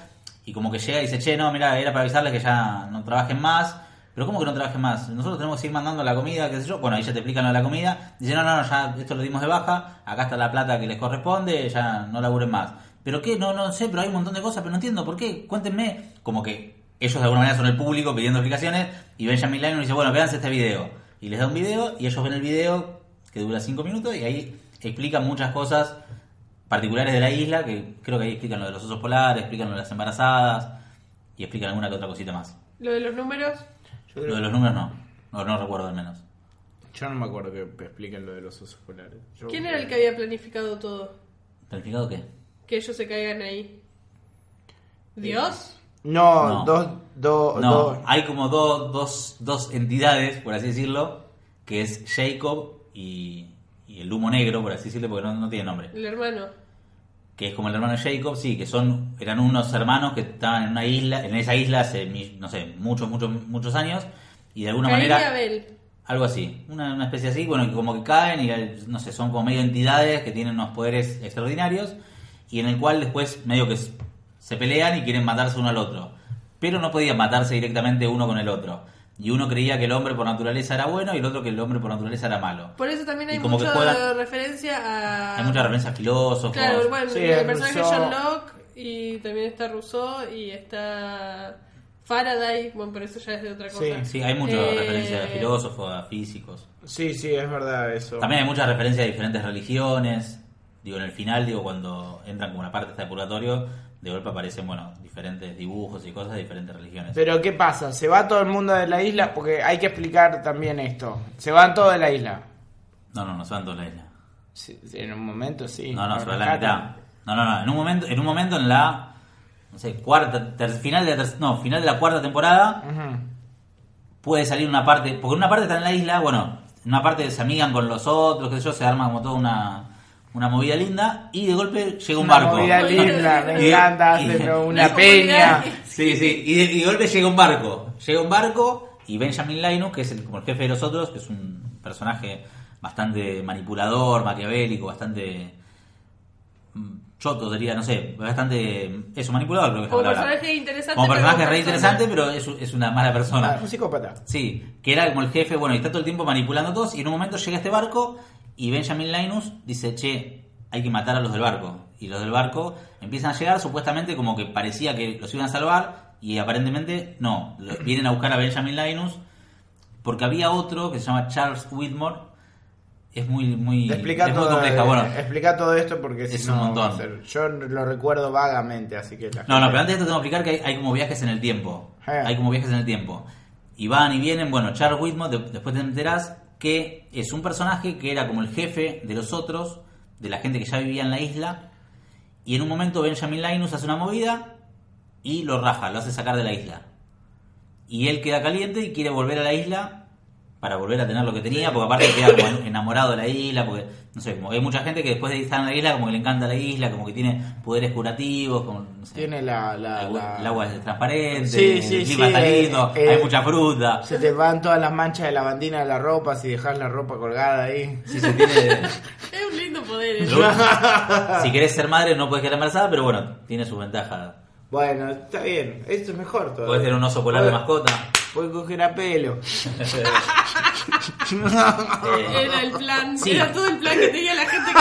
Speaker 1: y como que llega y dice, che, no, mira, era para avisarles que ya no trabajen más. Pero ¿cómo que no trabajen más? Nosotros tenemos que seguir mandando la comida, qué sé yo. Bueno, ahí ya te explican lo de la comida. Dice, no, no, no, ya esto lo dimos de baja, acá está la plata que les corresponde, ya no laburen más. ¿Pero qué? No, no sé, pero hay un montón de cosas, pero no entiendo, ¿por qué? Cuéntenme. Como que ellos de alguna manera son el público pidiendo explicaciones y Benjamin Lyon dice, bueno, véanse este video. Y les da un video y ellos ven el video que dura 5 minutos y ahí explican muchas cosas particulares de la isla, que creo que ahí explican lo de los osos polares, explican lo de las embarazadas y explican alguna que otra cosita más.
Speaker 3: Lo de los números.
Speaker 1: Lo
Speaker 2: Yo, creo-
Speaker 1: de los números no, no, no recuerdo al menos.
Speaker 2: yo no me acuerdo que expliquen lo de los osos polares. Yo-
Speaker 3: ¿Quién era el que había planificado todo?
Speaker 1: ¿Planificado qué?
Speaker 3: Que ellos se caigan ahí. ¿Dios?
Speaker 2: No,
Speaker 1: No.
Speaker 2: dos, dos, Oh, dos.
Speaker 1: No, hay como do- dos, dos entidades, por así decirlo, que es Jacob y, y el humo negro, por así decirlo, porque no, no tiene nombre.
Speaker 3: El hermano.
Speaker 1: que es como el hermano de Jacob, sí, que son eran unos hermanos que estaban en una isla, en esa isla hace mi- no sé, muchos muchos muchos años y de alguna
Speaker 3: Caín y
Speaker 1: manera
Speaker 3: Abel.
Speaker 1: Algo así, una, una especie así, bueno, que como que caen y al- no sé, son como medio entidades que tienen unos poderes extraordinarios y en el cual después medio que s- se pelean y quieren matarse uno al otro. Pero no podían matarse directamente uno con el otro. Y uno creía que el hombre por naturaleza era bueno y el otro que el hombre por naturaleza era malo.
Speaker 3: Por eso también
Speaker 1: Y
Speaker 3: hay
Speaker 1: como que
Speaker 3: mucha
Speaker 1: juega-
Speaker 3: referencia a.
Speaker 1: Hay muchas referencias a filósofos.
Speaker 3: Claro, bueno,
Speaker 2: Sí,
Speaker 3: el
Speaker 2: el
Speaker 3: personaje
Speaker 2: Rousseau.
Speaker 3: John Locke y también está Rousseau y está Faraday, bueno, pero eso ya es de otra cosa.
Speaker 2: Sí,
Speaker 1: Sí, hay muchas
Speaker 3: Eh,
Speaker 1: referencias a filósofos, a físicos.
Speaker 2: Sí, sí, es verdad eso.
Speaker 1: También hay muchas referencias a diferentes religiones. Digo, en el final, digo, cuando entran como una parte está de purgatorio, de golpe aparecen, bueno, diferentes dibujos y cosas de diferentes religiones.
Speaker 2: Pero ¿qué pasa? ¿Se va todo el mundo de la isla? Porque hay que explicar también esto. Se van todos de la isla.
Speaker 1: No, no, no se van todos a la isla.
Speaker 2: Sí, en un momento sí.
Speaker 1: No, no, se
Speaker 2: Lo
Speaker 1: van a la
Speaker 2: rescatan.
Speaker 1: mitad. No, no, no. En un momento, en un momento en la no sé, cuarta, ter- final de la ter- no, final de la cuarta temporada,
Speaker 2: Ujú.
Speaker 1: puede salir una parte, porque en una parte está en la isla, bueno, en una parte se amigan con los otros, qué sé yo, se arma como toda una, una movida linda, y de golpe llega un
Speaker 2: Una
Speaker 1: barco. [laughs]
Speaker 3: [laughs]
Speaker 2: movida linda, me
Speaker 1: Y-
Speaker 2: encanta,
Speaker 1: y-
Speaker 2: hacen una
Speaker 3: y-
Speaker 2: peña. Ah,
Speaker 1: Sí, sí, y de, y de golpe llega un barco. Llega un barco y Benjamin Linus, que es el, como el jefe de los otros, que es un personaje bastante manipulador, maquiavélico, bastante mm, choto, diría, no sé, bastante... Eso, manipulador creo que es la
Speaker 3: Como
Speaker 1: palabra.
Speaker 3: personaje interesante,
Speaker 1: Como
Speaker 3: pero
Speaker 1: personaje
Speaker 3: como
Speaker 1: re
Speaker 3: persona.
Speaker 1: interesante, pero es, un- es una mala persona.
Speaker 2: Ah, Un psicópata.
Speaker 1: Sí, que era como el jefe, bueno, y está todo el tiempo manipulando a todos, y en un momento llega este barco y Benjamin Linus dice, che, hay que matar a los del barco. Y los del barco empiezan a llegar, supuestamente como que parecía que los iban a salvar, y aparentemente no, Los- vienen a buscar a Benjamin Linus, porque había otro que se llama Charles Whitmore, es muy, muy,
Speaker 2: Explica
Speaker 1: es muy
Speaker 2: todo,
Speaker 1: compleja, bueno.
Speaker 2: explica todo esto porque
Speaker 1: Es
Speaker 2: si
Speaker 1: un
Speaker 2: no,
Speaker 1: montón.
Speaker 2: va a ser- yo lo recuerdo vagamente, así que la
Speaker 1: No, no,
Speaker 2: gente-
Speaker 1: pero antes de esto tengo que explicar que hay, hay como viajes en el tiempo.
Speaker 2: Ah.
Speaker 1: Hay como viajes en el tiempo. Y van y vienen, bueno, Charles Whitmore, de- después te enterás que es un personaje que era como el jefe de los otros, de la gente que ya vivía en la isla, y en un momento Benjamin Linus hace una movida y lo raja, lo hace sacar de la isla. Y él queda caliente y quiere volver a la isla para volver a tener lo que tenía, porque aparte queda como enamorado de la isla, porque no sé, como hay mucha gente que después de estar en la isla como que le encanta la isla, como que tiene poderes curativos, como no sé.
Speaker 2: tiene la, la-
Speaker 1: El,
Speaker 2: la-
Speaker 1: el agua es transparente,
Speaker 2: Sí, sí,
Speaker 1: el clima
Speaker 2: sí,
Speaker 1: está
Speaker 2: eh,
Speaker 1: lindo,
Speaker 2: eh,
Speaker 1: hay mucha fruta.
Speaker 2: se te van todas las manchas de lavandina de la ropa si dejas la ropa colgada ahí.
Speaker 1: Si, se tiene-
Speaker 2: [laughs]
Speaker 3: Es un lindo poder. ¿eh?
Speaker 1: si querés ser madre no puedes quedar embarazada, pero bueno, tiene sus ventajas.
Speaker 2: Bueno, está bien, esto es mejor todavía.
Speaker 1: Puedes tener un oso polar de
Speaker 2: Podés- [laughs]
Speaker 1: mascota.
Speaker 2: podés coger a pelo.
Speaker 1: Eh,
Speaker 3: Era el plan,
Speaker 1: Sí.
Speaker 3: era todo el plan que tenía la gente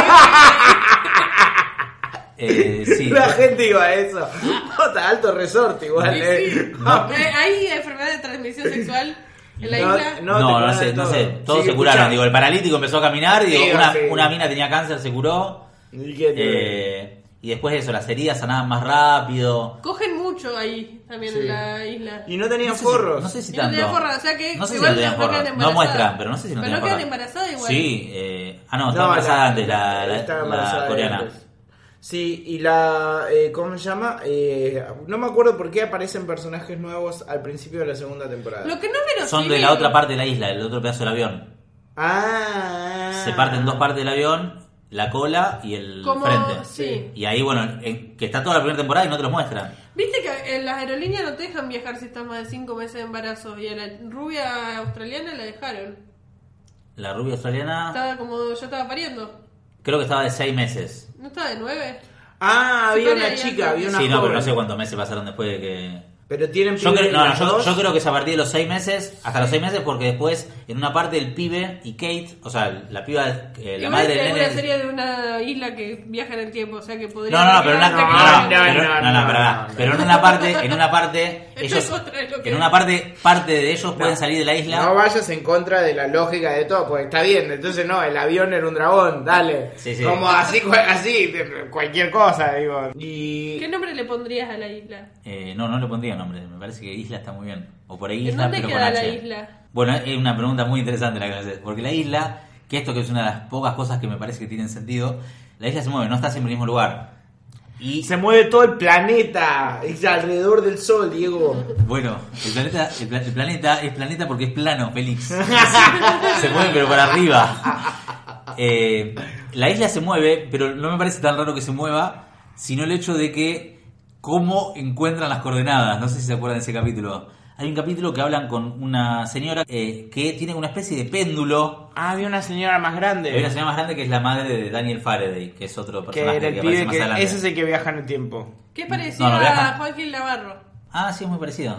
Speaker 3: que
Speaker 1: eh, sí.
Speaker 2: La gente iba a eso. Puta, alto resorte igual, [laughs] eh.
Speaker 3: Sí, sí. Eh, Hay enfermedad de transmisión sexual en la
Speaker 2: No,
Speaker 3: isla.
Speaker 2: no.
Speaker 1: No, no,
Speaker 2: te curaron
Speaker 1: sé, no
Speaker 2: todo.
Speaker 1: sé. Todos
Speaker 2: Sigue
Speaker 1: se curaron.
Speaker 2: escuchando.
Speaker 1: Digo, el paralítico empezó a caminar. Digo,
Speaker 2: Sí,
Speaker 1: una,
Speaker 2: sí.
Speaker 1: una mina tenía cáncer, se curó.
Speaker 2: ¿Y qué te-
Speaker 1: Eh, y después de eso, las heridas sanaban más rápido.
Speaker 3: Cogen mucho ahí también
Speaker 2: Sí.
Speaker 3: en la isla.
Speaker 2: Y no tenía
Speaker 1: No sé si-
Speaker 2: forros.
Speaker 1: no sé si
Speaker 3: Y no
Speaker 1: tanto.
Speaker 3: tenían forro, o sea que
Speaker 1: No sé si
Speaker 3: igual
Speaker 1: no tenían
Speaker 3: no
Speaker 1: forro.
Speaker 3: quedan
Speaker 1: No
Speaker 3: embarazadas.
Speaker 1: muestran, pero no sé si no
Speaker 3: Pero
Speaker 1: tenían
Speaker 3: no quedan
Speaker 1: forro.
Speaker 3: embarazadas igual.
Speaker 1: Sí, eh, ah, no, estaba
Speaker 2: No,
Speaker 1: embarazada antes la, la-
Speaker 2: estaba
Speaker 1: la
Speaker 2: embarazada
Speaker 1: coreana.
Speaker 2: antes. Sí, y la. eh, ¿Cómo se llama? Eh, no me acuerdo por qué aparecen personajes nuevos al principio de la segunda temporada.
Speaker 3: Lo que no menos
Speaker 1: Son de la otra parte de la isla, del otro pedazo del avión.
Speaker 2: Ah.
Speaker 1: Se parten dos partes del avión, la cola y el
Speaker 3: Como-
Speaker 1: frente.
Speaker 3: sí.
Speaker 1: Y ahí, bueno, en- que está toda la primera temporada y no te lo muestran.
Speaker 3: Viste que en las aerolíneas no te dejan viajar si estás más de 5 meses de embarazo. Y a la rubia australiana la dejaron.
Speaker 1: La rubia australiana
Speaker 3: Estaba como, ya estaba pariendo.
Speaker 1: creo que estaba de seis meses.
Speaker 3: No estaba de 9.
Speaker 2: Ah,
Speaker 3: Sí,
Speaker 2: había una
Speaker 3: había
Speaker 2: chica, había una
Speaker 1: Sí, no, pero no
Speaker 2: joven.
Speaker 1: sé cuántos meses pasaron después de que...
Speaker 2: Pero tienen
Speaker 1: Yo
Speaker 2: pibes
Speaker 1: creo, no, no,
Speaker 2: las
Speaker 1: yo,
Speaker 2: dos.
Speaker 1: yo creo que es a partir de los seis meses, hasta los seis meses, porque después en una parte el pibe y Kate, o sea, la piba, eh, la madre del
Speaker 3: una
Speaker 1: nene...
Speaker 3: serie de una isla que viaja en el tiempo, o sea que podría.
Speaker 1: No, no, no, pero en una,
Speaker 3: viajar
Speaker 2: no,
Speaker 3: hasta que-
Speaker 2: no,
Speaker 1: pero-
Speaker 2: no,
Speaker 1: no, no,
Speaker 2: no,
Speaker 1: pará.
Speaker 2: no.
Speaker 1: Pero en una parte, en una parte,
Speaker 3: [laughs] Esto
Speaker 1: ellos,
Speaker 3: es otra de lo que-
Speaker 1: en una parte, parte de ellos pueden salir de la isla.
Speaker 2: No vayas en contra de la lógica de todo, porque está bien, entonces no, el avión era un dragón, dale.
Speaker 1: Sí, sí.
Speaker 2: Como así, cu- así, de- cualquier cosa, digo. Y.
Speaker 3: ¿Qué nombre le pondrías a la isla?
Speaker 1: Eh, no, no le pondría nombre. Me parece que isla está muy bien. O por ahí
Speaker 3: ¿En
Speaker 1: isla,
Speaker 3: dónde
Speaker 1: pero con
Speaker 3: queda la
Speaker 1: H.
Speaker 3: isla?
Speaker 1: Bueno, es una pregunta muy interesante la que me haces. Porque la isla, que esto que es una de las pocas cosas que me parece que tienen sentido, la isla se mueve, no está siempre en el mismo lugar. Y
Speaker 2: Se mueve todo el planeta, es alrededor del sol, Diego.
Speaker 1: bueno, el planeta, el, pla- el planeta es planeta porque es plano, Félix. se mueve pero para arriba. Eh, la isla se mueve, pero no me parece tan raro que se mueva, sino el hecho de que cómo encuentran las coordenadas. No sé si se acuerdan de ese capítulo. hay un capítulo que hablan con una señora eh, que tiene una especie de péndulo.
Speaker 2: Ah, había una señora más grande.
Speaker 1: Hay una señora más grande que es la madre de Daniel Faraday, que es otro
Speaker 2: que
Speaker 1: personaje
Speaker 2: era el
Speaker 1: que
Speaker 2: pibe
Speaker 1: aparece
Speaker 2: que.
Speaker 1: más adelante.
Speaker 2: Ese es el que viaja en el tiempo.
Speaker 3: ¿Qué pareció
Speaker 1: No, no,
Speaker 3: a
Speaker 1: viaja.
Speaker 3: Joaquín Navarro?
Speaker 1: Ah, sí, es muy parecido.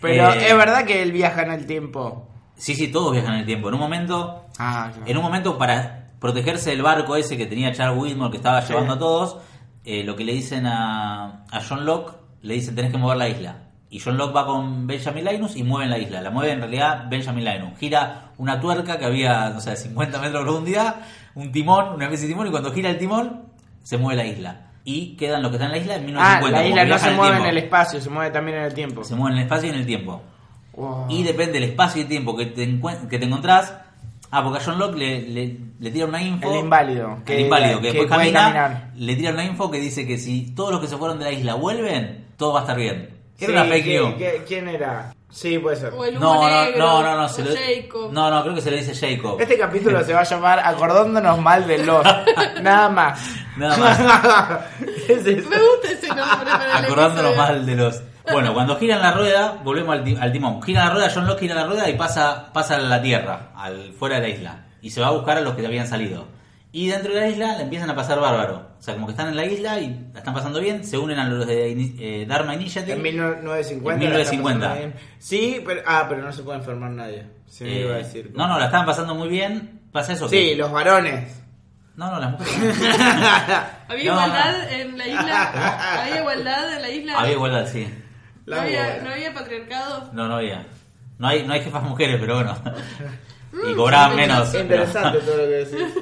Speaker 2: Pero
Speaker 1: Eh.
Speaker 2: es verdad que él viaja en el tiempo.
Speaker 1: Sí, sí, todos viajan en el tiempo. En un momento,
Speaker 2: Ah, claro.
Speaker 1: en un momento para protegerse del barco ese que tenía Charles Whitmore que estaba llevando a todos, eh, lo que le dicen a, a John Locke, le dicen tenés que mover la isla. Y John Locke va con Benjamin Linus y mueven la isla. La mueve en realidad Benjamin Linus. Gira una tuerca que había, no sé, 50 metros de profundidad, un timón, una especie de timón, y cuando gira el timón, se mueve la isla. Y quedan los que están en la isla en
Speaker 2: Ah,
Speaker 1: 1950.
Speaker 2: la
Speaker 1: como
Speaker 2: isla no
Speaker 1: viajan
Speaker 2: se mueve en
Speaker 1: tiempo.
Speaker 2: el espacio, se mueve también en el tiempo.
Speaker 1: Se mueve en el espacio y en el tiempo.
Speaker 2: Wow.
Speaker 1: Y depende del espacio y tiempo que te, encuen- que te encontrás. Ah, porque a John Locke le, le- le tira una info.
Speaker 2: El inválido,
Speaker 1: Que,
Speaker 2: que-
Speaker 1: Oh, inválido, que,
Speaker 2: que
Speaker 1: después
Speaker 2: puede
Speaker 1: camina.
Speaker 2: caminar.
Speaker 1: Le tira una info que dice que si todos los que se fueron de la isla vuelven, todo va a estar bien. Era
Speaker 4: Sí,
Speaker 1: una fake
Speaker 4: ¿qué-
Speaker 1: news.
Speaker 4: qué- ¿Quién era? Sí, puede ser.
Speaker 3: O el humo
Speaker 1: No, no,
Speaker 3: negro.
Speaker 1: no, no, no, se
Speaker 3: o
Speaker 1: lo-
Speaker 3: Jacob.
Speaker 1: no, no, creo que se lo dice Jacob.
Speaker 2: Este capítulo se va a llamar Acordándonos mal de
Speaker 1: [laughs]
Speaker 2: los. Nada más.
Speaker 1: Nada más.
Speaker 4: [laughs] Es eso.
Speaker 3: Me gusta ese nombre para el
Speaker 1: Acordándonos
Speaker 3: episodio.
Speaker 1: mal de los. Bueno, cuando giran la rueda, volvemos al, ti- al timón. Gira la rueda, John Locke gira la rueda y pasa, pasa a la tierra, al, fuera de la isla. Y se va a buscar a los que habían salido. Y dentro de la isla la empiezan a pasar bárbaro. O sea, como que están en la isla y la están pasando bien, se unen a los de ini- eh, Dharma Initiative.
Speaker 4: En 1950.
Speaker 1: En
Speaker 4: la está
Speaker 1: 1950.
Speaker 4: pasando bien. Sí, pero. Ah, pero no se puede enfermar nadie. Sí, me
Speaker 1: Eh,
Speaker 4: iba a decir.
Speaker 1: no, no, la estaban pasando muy bien. Pasa eso.
Speaker 4: Sí,
Speaker 1: que-
Speaker 4: los varones.
Speaker 1: No, no, las mujeres.
Speaker 3: Había
Speaker 1: No,
Speaker 3: igualdad en la isla. Había igualdad en la isla.
Speaker 1: había igualdad, sí.
Speaker 3: no,
Speaker 4: La
Speaker 3: había,
Speaker 4: boda.
Speaker 3: no había patriarcado.
Speaker 1: No, no había. No hay, no hay jefas mujeres, pero bueno. [laughs] y cobraban menos.
Speaker 4: Es Mm,
Speaker 1: pero-
Speaker 4: interesante todo lo que decís.
Speaker 1: [laughs]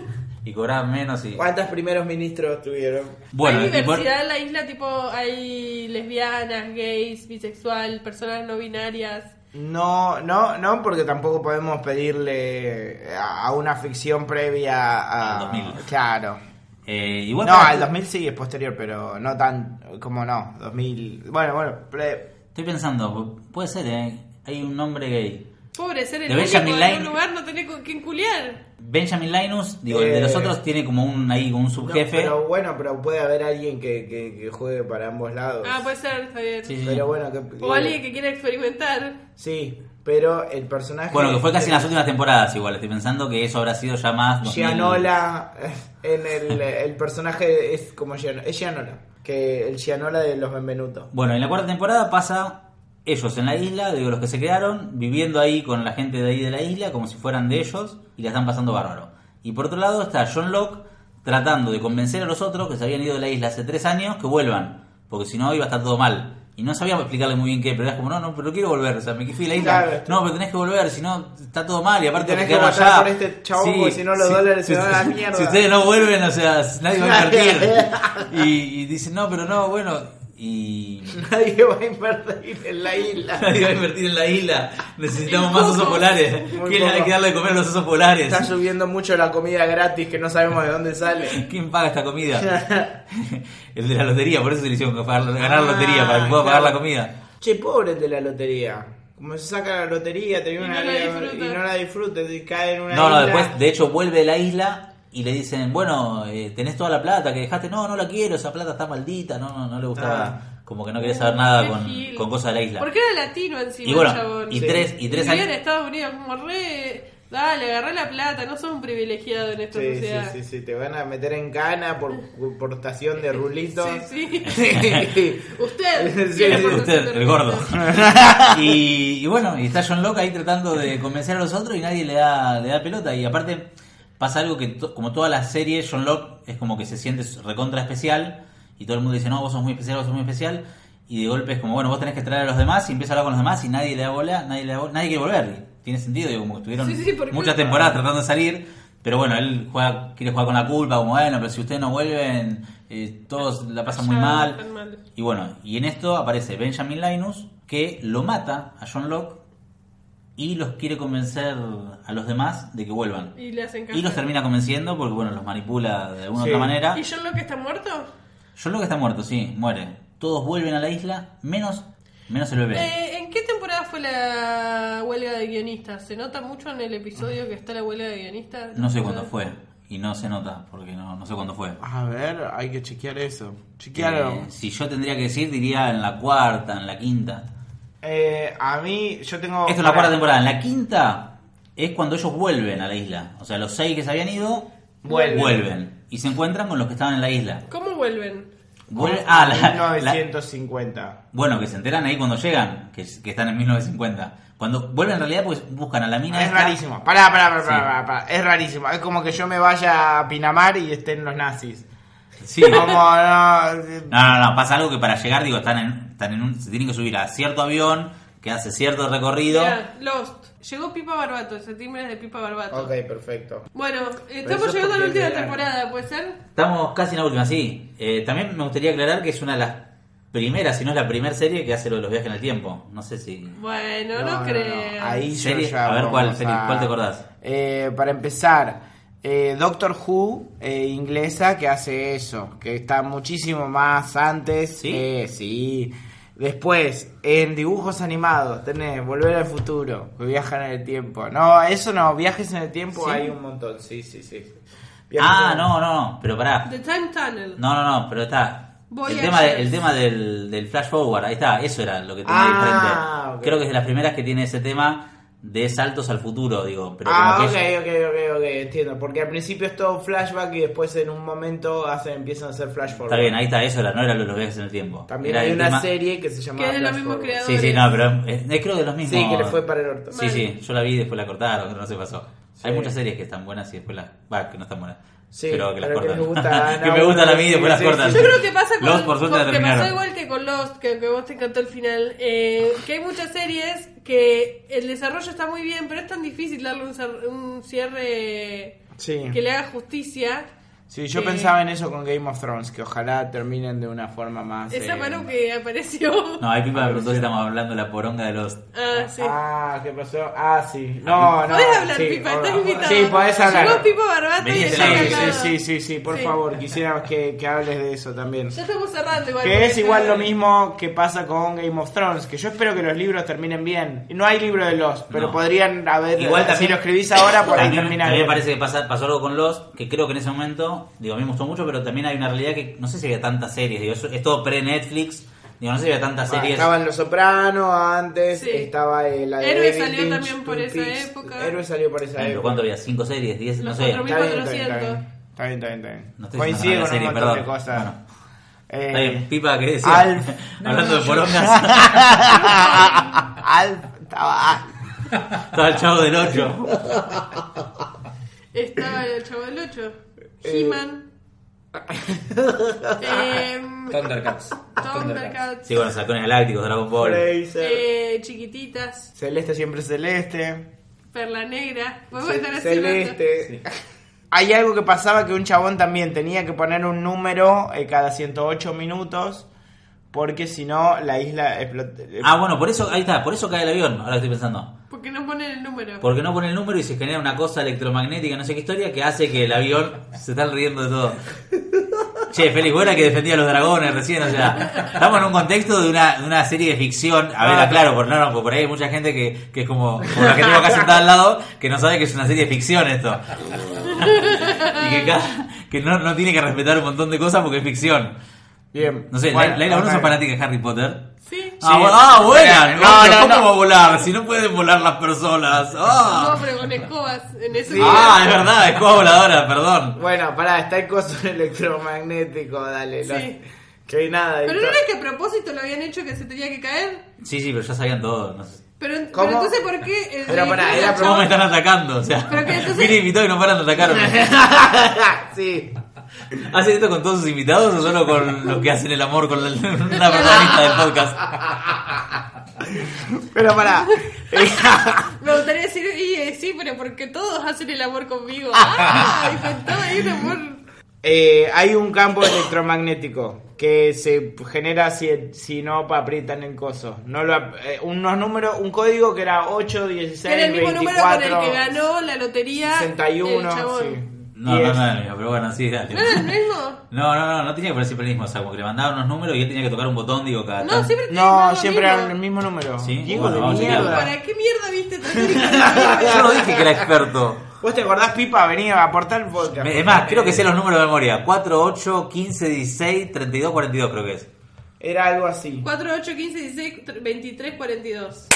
Speaker 1: y cobraban menos y.
Speaker 4: ¿Cuántos primeros ministros tuvieron?
Speaker 1: Bueno,
Speaker 3: hay
Speaker 1: y por-
Speaker 3: diversidad en la isla, tipo hay lesbianas, gays, bisexual, personas no binarias.
Speaker 2: No, no, no, porque tampoco podemos
Speaker 4: eh,
Speaker 2: pedirle a a una ficción previa a.
Speaker 1: Al 2000.
Speaker 2: Claro.
Speaker 1: eh, igual
Speaker 2: No,
Speaker 1: para-
Speaker 2: al 2000 sí es posterior, pero no tan. como no? 2000. Bueno, bueno. pre-
Speaker 1: Estoy pensando, pu- puede ser, ¿eh? Hay un nombre gay.
Speaker 3: Pobre, ser el
Speaker 1: De
Speaker 3: único
Speaker 1: Benjamin
Speaker 3: en un
Speaker 1: Line.
Speaker 3: lugar no tener con quién culiar.
Speaker 1: Benjamin Linus, digo, el de
Speaker 4: Eh,
Speaker 1: los otros tiene como un ahí como un
Speaker 4: No,
Speaker 1: subjefe.
Speaker 4: pero bueno, pero puede haber alguien que, que- que juegue para ambos lados.
Speaker 3: Ah, puede ser, está bien.
Speaker 1: Sí, sí, sí.
Speaker 4: Pero bueno, que, eh,
Speaker 3: O alguien que quiera experimentar.
Speaker 4: Sí, pero el personaje.
Speaker 1: Bueno, que fue casi en las últimas temporadas igual. Estoy pensando que eso habrá sido ya más 2000.
Speaker 4: Gianola. [laughs] En el, el personaje es como Gianola. Es Gianola. Que el Gianola de los Benvenuto.
Speaker 1: Bueno, en la cuarta temporada pasa ellos en la isla, digo, los que se quedaron, viviendo ahí con la gente de ahí de la isla, como si fueran de ellos, y la están pasando bárbaro. Y por otro lado está John Locke tratando de convencer a los otros que se habían ido de la isla hace tres años que vuelvan, porque si no iba a estar todo mal. Y no sabíamos explicarle muy bien qué, pero era como, no, no, pero quiero volver, o sea, me fui de la isla.
Speaker 4: Claro.
Speaker 1: No, pero tenés que volver, si no, está todo mal, y aparte
Speaker 4: Tenés
Speaker 1: te quedaron
Speaker 4: que votar
Speaker 1: allá.
Speaker 4: por este chabón, porque si no los dólares se van a la mierda.
Speaker 1: Si ustedes no vuelven, o sea, nadie va a invertir.
Speaker 4: [laughs]
Speaker 1: [laughs] y, y dicen, no, pero no, bueno, y... [laughs]
Speaker 4: [laughs] Nadie va a invertir en la isla.
Speaker 1: Nadie va a invertir en la isla. Necesitamos
Speaker 3: En
Speaker 1: más
Speaker 3: pocos.
Speaker 1: osos polares.
Speaker 4: Muy
Speaker 1: ¿Quién hay
Speaker 4: poco.
Speaker 1: que darle de comer a los osos polares?
Speaker 4: Está subiendo mucho la comida gratis que no sabemos de dónde sale.
Speaker 1: [laughs] ¿Quién paga esta
Speaker 4: [laughs]
Speaker 1: comida? [laughs] el de la lotería, por eso se le hicieron pagar- ganar lotería, para que pueda
Speaker 4: Ah,
Speaker 1: pagar la
Speaker 4: claro.
Speaker 1: comida.
Speaker 4: Che, pobre el de la lotería. Como se saca la lotería, te viene
Speaker 3: Y
Speaker 4: una
Speaker 3: no la disfruta.
Speaker 4: y no la disfruta, te cae en una
Speaker 1: No, no,
Speaker 4: isla.
Speaker 1: después, de hecho, vuelve de la isla y le dicen, bueno, eh, tenés toda la plata que dejaste. No, no la quiero, esa plata está maldita. No, no, no le gustaba.
Speaker 4: Ah.
Speaker 1: Como que no quería saber nada
Speaker 3: Qué
Speaker 1: con,
Speaker 3: gil.
Speaker 1: con cosas de la isla.
Speaker 3: Porque era latino encima,
Speaker 1: Y bueno,
Speaker 3: el chabón.
Speaker 1: y tres- y tres
Speaker 3: vivía
Speaker 1: años-
Speaker 3: en Estados Unidos, como re. Dale, agarré la plata, no sos un privilegiado en esta
Speaker 4: Sí, sí,
Speaker 3: sociedad.
Speaker 4: sí, sí, te van a meter en cana por portación de rulitos.
Speaker 3: Sí, sí.
Speaker 1: [laughs]
Speaker 4: [laughs] Sí.
Speaker 3: Usted,
Speaker 4: Sí,
Speaker 3: tiene
Speaker 4: sí,
Speaker 3: por
Speaker 1: Usted,
Speaker 3: nosotros.
Speaker 1: el
Speaker 3: [laughs]
Speaker 1: gordo. y, y bueno, y está John Locke ahí tratando de convencer a los otros y nadie le da, le da pelota. Y aparte pasa algo que, to- como toda la serie, John Locke es como que se siente recontra especial y todo el mundo dice, no, vos sos muy especial, vos sos muy especial. Y de golpe es como, bueno, vos tenés que traer a los demás y empieza a hablar con los demás y nadie le da bola, nadie, le da bola, nadie quiere volver. Y Tiene sentido, digo, como estuvieron
Speaker 3: Sí, sí, porque-
Speaker 1: muchas temporadas tratando de salir. Pero bueno, él juega, quiere jugar con la culpa, como bueno, pero si ustedes no vuelven, eh, todos la pasan muy
Speaker 3: Ya,
Speaker 1: mal.
Speaker 3: tan mal.
Speaker 1: Y bueno, y en esto aparece Benjamin Linus, que lo mata a John Locke y los quiere convencer a los demás de que vuelvan.
Speaker 3: Y le hacen caso.
Speaker 1: Y los termina convenciendo porque, bueno, los manipula de alguna
Speaker 4: Sí.
Speaker 1: otra manera.
Speaker 3: ¿Y John Locke está muerto?
Speaker 1: John Locke está muerto, sí, muere. Todos vuelven a la isla, menos, menos el bebé.
Speaker 3: Eh, ¿En qué temporada fue la huelga de guionistas? ¿Se nota mucho en el episodio que está la huelga de guionistas?
Speaker 1: No sé cuándo fue y no se nota porque no, no sé cuándo fue.
Speaker 2: A ver, hay que chequear eso. Chequearon.
Speaker 1: Eh, si yo tendría que decir, diría en la cuarta, en la quinta.
Speaker 2: Eh, a mí, yo tengo.
Speaker 1: Esta es la cuarta temporada. En la quinta es cuando ellos vuelven a la isla. O sea, los seis que se habían ido
Speaker 2: Vuelven.
Speaker 1: vuelven. Y se encuentran con los que estaban en la isla.
Speaker 3: ¿Cómo vuelven?
Speaker 1: Vuel- ah, la- la-
Speaker 2: 1950.
Speaker 1: bueno, que se enteran ahí cuando llegan, que, que están en 1950. Cuando vuelven en realidad, pues buscan a la mina.
Speaker 2: Es
Speaker 1: esta.
Speaker 2: rarísimo. Pará, pará, pará,
Speaker 1: Sí.
Speaker 2: pará, pará, pará. Es rarísimo. Es como que yo me vaya a Pinamar y estén los nazis.
Speaker 1: Sí.
Speaker 2: Como,
Speaker 1: [laughs]
Speaker 2: no,
Speaker 1: No, no, no, pasa algo que para llegar, digo, están en, están en un, se tienen que subir a cierto avión que hace cierto recorrido.
Speaker 3: Mirá, Lost. Llegó Pipa Barbato, ese timbre es de Pipa Barbato.
Speaker 4: Ok, perfecto.
Speaker 3: Bueno,
Speaker 4: eso
Speaker 3: estamos
Speaker 4: es
Speaker 3: llegando a la
Speaker 4: porque
Speaker 3: última
Speaker 4: es verano.
Speaker 3: temporada, ¿puede ser?
Speaker 1: Estamos casi en la última, sí. Eh, también me gustaría aclarar que es una de las primeras, si no es la primera serie que hace lo de los viajes en el tiempo. No sé si.
Speaker 3: Bueno, no, creo.
Speaker 2: Ahí yo
Speaker 1: Serie-
Speaker 2: ya
Speaker 1: a ver,
Speaker 2: vamos
Speaker 1: ¿cuál, serie? ¿Cuál te acordás?
Speaker 2: Eh, para empezar, eh, Doctor Who, eh, inglesa, que hace eso, que está muchísimo más antes.
Speaker 1: ¿Sí?
Speaker 2: eh, sí. Después, en dibujos animados, tenés Volver al Futuro, que viajan en el tiempo. No, eso no, viajes en el tiempo
Speaker 4: Tiempo
Speaker 2: hay
Speaker 4: hay
Speaker 2: un...
Speaker 4: un montón, sí, sí, sí.
Speaker 1: Ah, no, no, no, pero pará.
Speaker 3: The Time Tunnel.
Speaker 1: No, no, no, pero está.
Speaker 3: Voy
Speaker 1: El
Speaker 3: a
Speaker 1: tema, de-
Speaker 3: hacer-
Speaker 1: el tema del, del flash forward, ahí está, eso era lo que tenía
Speaker 2: Ah,
Speaker 1: diferente.
Speaker 2: ok.
Speaker 1: Creo que es de las primeras que tiene ese tema de saltos al futuro, digo. Pero
Speaker 2: Ah,
Speaker 1: como
Speaker 2: ok,
Speaker 1: que ellos-
Speaker 2: ok, ok, ok, entiendo. Porque al principio es todo flashback y después en un momento hacen, empiezan a hacer flash forward.
Speaker 1: Está bien, ahí está, eso era, no era lo de los viajes en el tiempo.
Speaker 2: También
Speaker 1: Era
Speaker 2: hay
Speaker 1: el
Speaker 2: una
Speaker 1: tema-
Speaker 2: serie que se llama
Speaker 3: Que es de los mismos creadores.
Speaker 1: Sí, sí, no, pero eh, eh, creo de los mismos.
Speaker 2: Sí, que le fue para el orto.
Speaker 1: Sí,
Speaker 3: Mal.
Speaker 1: sí, yo la vi y después la cortaron, no se pasó. Hay muchas series que están buenas y después las. Va, que no están buenas.
Speaker 2: Sí,
Speaker 1: pero que las
Speaker 2: pero que
Speaker 1: cortan.
Speaker 2: les
Speaker 1: [laughs]
Speaker 2: gusta,
Speaker 1: que
Speaker 2: no,
Speaker 1: me gustan a mí y
Speaker 2: sí,
Speaker 1: después las
Speaker 2: sí,
Speaker 1: cortan.
Speaker 2: sí.
Speaker 3: Yo creo que pasa con,
Speaker 1: Los por suerte la
Speaker 3: con- que pasó
Speaker 1: terminaron.
Speaker 3: igual que con Lost, que, que vos te encantó el final, eh, que hay muchas series que el desarrollo está muy bien, pero es tan difícil darle un, cer- un cierre
Speaker 2: Sí.
Speaker 3: que le haga justicia.
Speaker 2: Sí, yo
Speaker 3: Eh,
Speaker 2: pensaba en eso con Game of Thrones, que ojalá terminen de una forma más...
Speaker 3: Esa
Speaker 2: eh,
Speaker 3: mano que apareció.
Speaker 1: No, ahí Pipa me preguntó si estamos hablando de la poronga de los.
Speaker 3: [laughs] Ah, sí.
Speaker 2: Ah, ¿qué pasó? Ah, sí. No, no.
Speaker 3: podés hablar,
Speaker 2: sí,
Speaker 3: Pipa,
Speaker 2: hola.
Speaker 3: estás invitado.
Speaker 2: Sí, podés hablar.
Speaker 3: Llegó Pipa Barbato
Speaker 1: Vení,
Speaker 3: y
Speaker 1: sí,
Speaker 3: está acá al
Speaker 2: Sí, sí,
Speaker 3: lado.
Speaker 2: sí, sí, sí, por
Speaker 3: Sí.
Speaker 2: favor, quisiera que, que hables de eso también.
Speaker 3: Ya estamos cerrando igual.
Speaker 2: Que
Speaker 3: porque
Speaker 2: es
Speaker 3: está-
Speaker 2: igual lo mismo que pasa con Game of Thrones, que yo espero que los libros terminen bien. Y No hay libro de los, pero
Speaker 1: No.
Speaker 2: podrían haber...
Speaker 1: Igual
Speaker 2: si
Speaker 1: también-
Speaker 2: lo escribís ahora, por
Speaker 1: A
Speaker 2: ahí
Speaker 1: mí,
Speaker 2: terminan
Speaker 1: a mí me
Speaker 2: bien.
Speaker 1: parece que pasa- pasó algo con los que creo que en ese momento, digo, a mí me gustó mucho, pero también hay una realidad que no sé si había tantas series, digo, es, es todo pre-Netflix, digo, no sé si había tantas
Speaker 4: Ah,
Speaker 1: series.
Speaker 4: Estaban Los Sopranos antes,
Speaker 3: Sí.
Speaker 4: estaba
Speaker 2: eh,
Speaker 4: el... la de
Speaker 3: Héroe
Speaker 4: David
Speaker 3: salió
Speaker 4: Lynch,
Speaker 3: también por
Speaker 4: Twin
Speaker 3: esa
Speaker 4: Peaks.
Speaker 3: época.
Speaker 4: Héroe salió por esa
Speaker 1: Pero
Speaker 4: época.
Speaker 1: ¿Cuánto había? ¿Cinco series? ¿Diez? No
Speaker 3: Los
Speaker 1: sé.
Speaker 3: cuatro mil-
Speaker 2: Está bien, está bien, está bien.
Speaker 3: 1400.
Speaker 2: Está bien, está bien, está bien.
Speaker 1: No estoy
Speaker 2: Coincide
Speaker 1: diciendo
Speaker 2: con un
Speaker 1: nada de la
Speaker 2: montón de
Speaker 1: serie,
Speaker 2: cosas.
Speaker 1: Bueno.
Speaker 2: Eh,
Speaker 1: Está bien, Pipa, ¿qué decías?
Speaker 2: Alf.
Speaker 1: [laughs] Hablando de porongas,
Speaker 2: [laughs]
Speaker 1: [laughs]
Speaker 2: Alf, estaba...
Speaker 1: estaba el chavo del 8.
Speaker 3: Estaba el chavo del 8.
Speaker 2: Eh, [laughs]
Speaker 3: He-Man. Em,
Speaker 5: Thundercats.
Speaker 3: Thundercats.
Speaker 1: Sí, bueno, Sacones Galácticos, Dragon Ball.
Speaker 4: Fraser.
Speaker 3: Eh, chiquititas.
Speaker 2: Celeste siempre celeste.
Speaker 3: Perla negra. Podemos estar así rato.
Speaker 4: Celeste.
Speaker 2: Hay algo que pasaba que un chabón también tenía que poner un número eh, cada 108 minutos. Porque si no, la isla explota.
Speaker 1: Ah, bueno, por eso, ahí está, por eso cae el avión, ahora que estoy pensando.
Speaker 3: Porque no ponen el número.
Speaker 1: Porque no pone el número y se genera una cosa electromagnética, no sé qué historia, que hace que el avión se están riendo de todo. Che, Félix, vos era que defendía a los dragones recién, o sea, estamos en un contexto de una, de una serie de ficción. A
Speaker 2: Ah,
Speaker 1: ver, aclaro, por, no, no, porque por ahí hay mucha gente que, que es como, como la que tengo acá sentada al lado, que no sabe que es una serie de ficción esto. Y que, cada- que no, no tiene que respetar un montón de cosas porque es ficción.
Speaker 2: Bien.
Speaker 1: No sé,
Speaker 2: Bueno,
Speaker 1: Laila, ¿vos no sos
Speaker 2: acá-
Speaker 1: fanática de Harry Potter?
Speaker 3: Sí.
Speaker 1: Ah, bueno, ah, bueno,
Speaker 2: No,
Speaker 1: pero
Speaker 2: no,
Speaker 1: ¿cómo
Speaker 2: no.
Speaker 1: va a volar? Si no pueden volar las personas. Ah,
Speaker 3: No, pero con escobas. En ese
Speaker 1: ah es verdad, escoba voladora, perdón.
Speaker 4: Bueno, pará, está el
Speaker 2: [laughs]
Speaker 4: coso electromagnético, dale. lo-
Speaker 3: Sí.
Speaker 4: Que nada.
Speaker 3: Pero
Speaker 2: [laughs]
Speaker 4: esto-
Speaker 3: no era que a propósito lo habían hecho que se tenía que caer.
Speaker 1: Sí, sí, pero ya sabían todo. No sé.
Speaker 3: Pero, pero
Speaker 4: ¿Cómo?
Speaker 3: entonces, ¿por qué? el-
Speaker 4: Pero pará,
Speaker 3: el
Speaker 4: era
Speaker 3: chabón-
Speaker 1: ¿Cómo me están atacando? O sea,
Speaker 3: Pero que entonces-
Speaker 1: vine invitado y no paran de atacarme.
Speaker 3: [laughs]
Speaker 4: sí.
Speaker 1: ¿Hacen esto con todos sus invitados o solo con los que hacen el amor con la,
Speaker 3: [laughs]
Speaker 1: la protagonista del podcast?
Speaker 2: Pero pará. [laughs] Eh,
Speaker 3: Me gustaría decir, y, eh, sí, pero porque todos hacen el amor conmigo. Ah, inventó ahí un amor.
Speaker 2: Eh, hay un campo electromagnético que se genera si, si no aprietan el coso. No lo, ap- eh, unos números, un código que era 8, 16,
Speaker 3: Era el mismo número con
Speaker 2: 24,
Speaker 3: el que ganó la lotería.
Speaker 2: 61.
Speaker 3: el chabón.
Speaker 2: sí.
Speaker 1: No,
Speaker 2: Y
Speaker 1: no,
Speaker 2: es-
Speaker 1: no, no, pero bueno, sí, dale.
Speaker 3: ¿No era el mismo?
Speaker 1: No, no, no, no tenía que parecer el mismo. O sea, como que le mandaban unos números y él tenía que tocar un botón, digo, cada
Speaker 3: No,
Speaker 1: tanto. [laughs]
Speaker 3: siempre te digo
Speaker 2: No,
Speaker 3: lo
Speaker 2: siempre
Speaker 3: mismo.
Speaker 2: eran el mismo número.
Speaker 1: Sí,
Speaker 2: Diego
Speaker 1: bueno,
Speaker 2: de
Speaker 1: vamos a
Speaker 2: mierda.
Speaker 1: chequearlo.
Speaker 3: ¿Para qué mierda viste tanto que era
Speaker 1: Yo no dije que era experto.
Speaker 2: ¿Vos te acordás, Pipa? Venía a aportar el podcast.
Speaker 1: Me- Es más, creo que sé los números de memoria. 4, 8, 15, 16, 32, 42 creo que es.
Speaker 4: Era algo así.
Speaker 3: 4, 8, 15, 16, tre- 23, 42.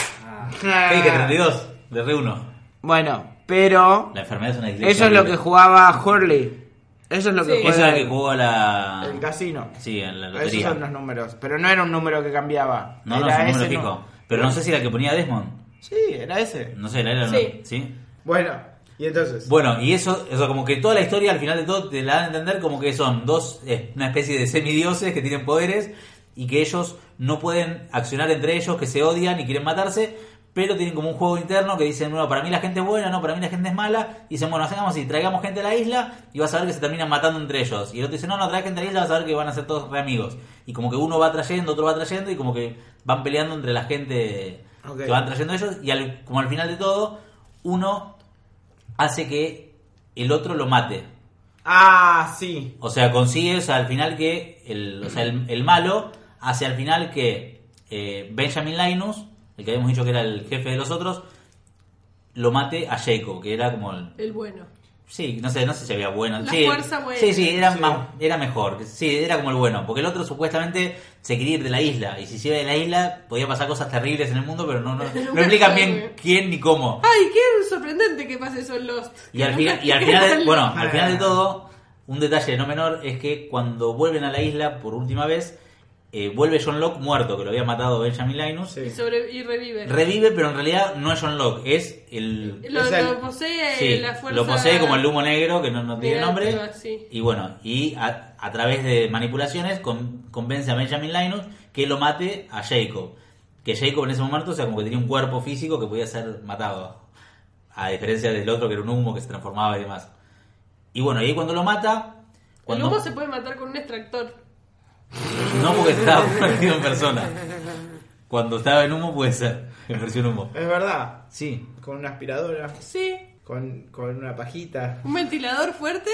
Speaker 1: Sí, que 32, de re 1.
Speaker 4: Bueno, pero
Speaker 1: La enfermedad es una iglesia.
Speaker 4: eso es lo que
Speaker 1: libre.
Speaker 4: jugaba Hurley. Eso es lo que
Speaker 3: Sí.
Speaker 1: Eso
Speaker 4: juega
Speaker 1: es lo que jugó la.
Speaker 4: el casino.
Speaker 1: Sí, en la
Speaker 4: Esos
Speaker 1: lotería.
Speaker 4: son los números, pero no era un número que cambiaba.
Speaker 1: No, no,
Speaker 4: Era
Speaker 1: es un número
Speaker 4: ese
Speaker 1: fijo.
Speaker 4: nu-
Speaker 1: Pero no sé si era el que ponía Desmond.
Speaker 4: Sí, era ese.
Speaker 1: No sé, la era o no.
Speaker 3: Sí.
Speaker 1: ¿Sí?
Speaker 4: Bueno, y entonces.
Speaker 1: Bueno, y eso, eso, como que toda la historia al final de todo te la dan a entender como que son dos, eh, una especie de semidioses que tienen poderes y que ellos no pueden accionar entre ellos, que se odian y quieren matarse, pero tienen como un juego interno que dicen, bueno, para mí la gente es buena, no, para mí la gente es mala, y dicen, bueno, hacemos así, traigamos gente a la isla y vas a ver que se terminan matando entre ellos. Y el otro dice, no, no, trae gente a la isla, vas a ver que van a ser todos re amigos. Y como que uno va trayendo, otro va trayendo y como que van peleando entre la gente
Speaker 4: Ok.
Speaker 1: que van trayendo ellos y al- como al final de todo, uno hace que el otro lo mate.
Speaker 4: Ah, sí.
Speaker 1: O sea, consigue, o sea, al final que el, o sea, el, el malo hace al final que eh, Benjamin Linus, el que habíamos dicho que era el jefe de los otros, lo mate a Jacob, que era como el...
Speaker 3: El bueno.
Speaker 1: Sí, no sé, no sé si había bueno.
Speaker 3: La
Speaker 1: sí,
Speaker 3: fuerza buena.
Speaker 1: Sí, sí, era,
Speaker 4: Sí.
Speaker 1: más- era mejor. Sí, era como el bueno. Porque el otro supuestamente se quería ir de la isla. Y si se iba de la isla, podía pasar cosas terribles en el mundo, pero no, no, no explican bien quién ni cómo.
Speaker 3: Ay, qué sorprendente que pase eso en Lost.
Speaker 1: Y al, final, y al final, de- bueno, al final de todo, un detalle no menor es que cuando vuelven a la isla por última vez, eh, vuelve John Locke muerto, que lo había matado Benjamin Linus.
Speaker 3: Y,
Speaker 4: Sí.
Speaker 3: sobre- y revive.
Speaker 1: Revive, pero en realidad no es John Locke, es el...
Speaker 3: lo,
Speaker 4: es el-
Speaker 3: lo posee
Speaker 1: sí,
Speaker 3: la fuerza.
Speaker 1: lo posee como el humo negro, que no, no tiene
Speaker 3: negativa,
Speaker 1: nombre.
Speaker 3: sí.
Speaker 1: Y bueno, y a, a través de manipulaciones con- convence a Benjamin Linus que lo mate a Jacob. Que Jacob en ese momento, o sea, como que tenía un cuerpo físico que podía ser matado. A diferencia del otro que era un humo que se transformaba y demás. Y bueno, y ahí cuando lo mata...
Speaker 3: El
Speaker 1: Cuando,
Speaker 3: humo se puede matar con un extractor.
Speaker 1: No porque estaba convertido en persona. Cuando estaba en humo puede ser, en versión humo.
Speaker 4: Es verdad.
Speaker 1: Sí.
Speaker 4: Con una aspiradora,
Speaker 3: Sí.
Speaker 4: con, con una pajita,
Speaker 3: Un ventilador fuerte.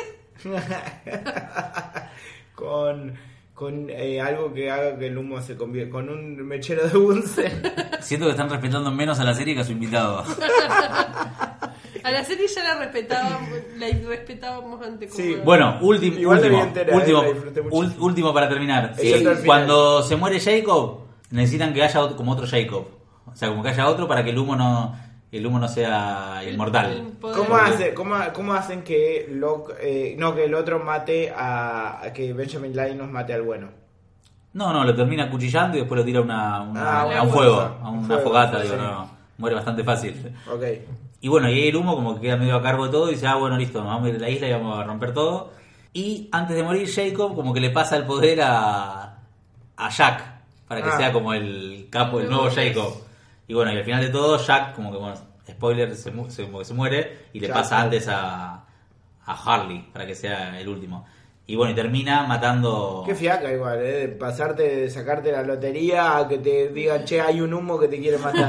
Speaker 4: con, con eh, algo que haga que el humo se convierta. Con un mechero de bunsen.
Speaker 1: Siento que están respetando menos a la serie que a su invitado.
Speaker 3: A la serie ya la respetábamos, la irrespetábamos antes. como-
Speaker 4: Sí,
Speaker 1: Bueno, último,
Speaker 4: Igual la vi
Speaker 1: último,
Speaker 4: entera, eh,
Speaker 1: último,
Speaker 4: la disfruté muchísimo.
Speaker 1: ul- último para terminar.
Speaker 4: Eso
Speaker 1: Eh,
Speaker 4: es el
Speaker 1: cuando se muere Jacob, necesitan que haya otro- como otro Jacob. O sea, como que haya otro para que el humo no, el humo no sea
Speaker 3: el
Speaker 1: inmortal.
Speaker 3: poder.
Speaker 4: ¿Cómo, hace, cómo, cómo hacen que Locke, eh, no, que el otro mate a, a que Benjamin Linus mate al bueno?
Speaker 1: No, no, lo termina cuchillando y después lo tira a una, una-
Speaker 4: Ah,
Speaker 1: a un
Speaker 4: bueno,
Speaker 1: fuego,
Speaker 4: bueno.
Speaker 1: a
Speaker 4: Un
Speaker 1: una
Speaker 4: fuego,
Speaker 1: fogata.
Speaker 4: sí.
Speaker 1: Digo, no, muere bastante fácil.
Speaker 4: Ok.
Speaker 1: Y bueno, y ahí el humo como que queda medio a cargo de todo y dice, ah, bueno, listo, nos vamos a ir de la isla y vamos a romper todo. Y antes de morir, Jacob como que le pasa el poder a, a Jack, para que
Speaker 4: Ah.
Speaker 1: sea como el capo, el nuevo Jacob. Y bueno, y al final de todo, Jack como que, bueno, spoiler, se, mu- se- como que se muere y le
Speaker 4: Jack.
Speaker 1: pasa antes a, a Harley, para que sea el último. Y bueno, y termina matando...
Speaker 4: Qué fiaca igual, ¿eh? De pasarte, de sacarte la lotería a que te digan, che, hay un humo que te quiere matar.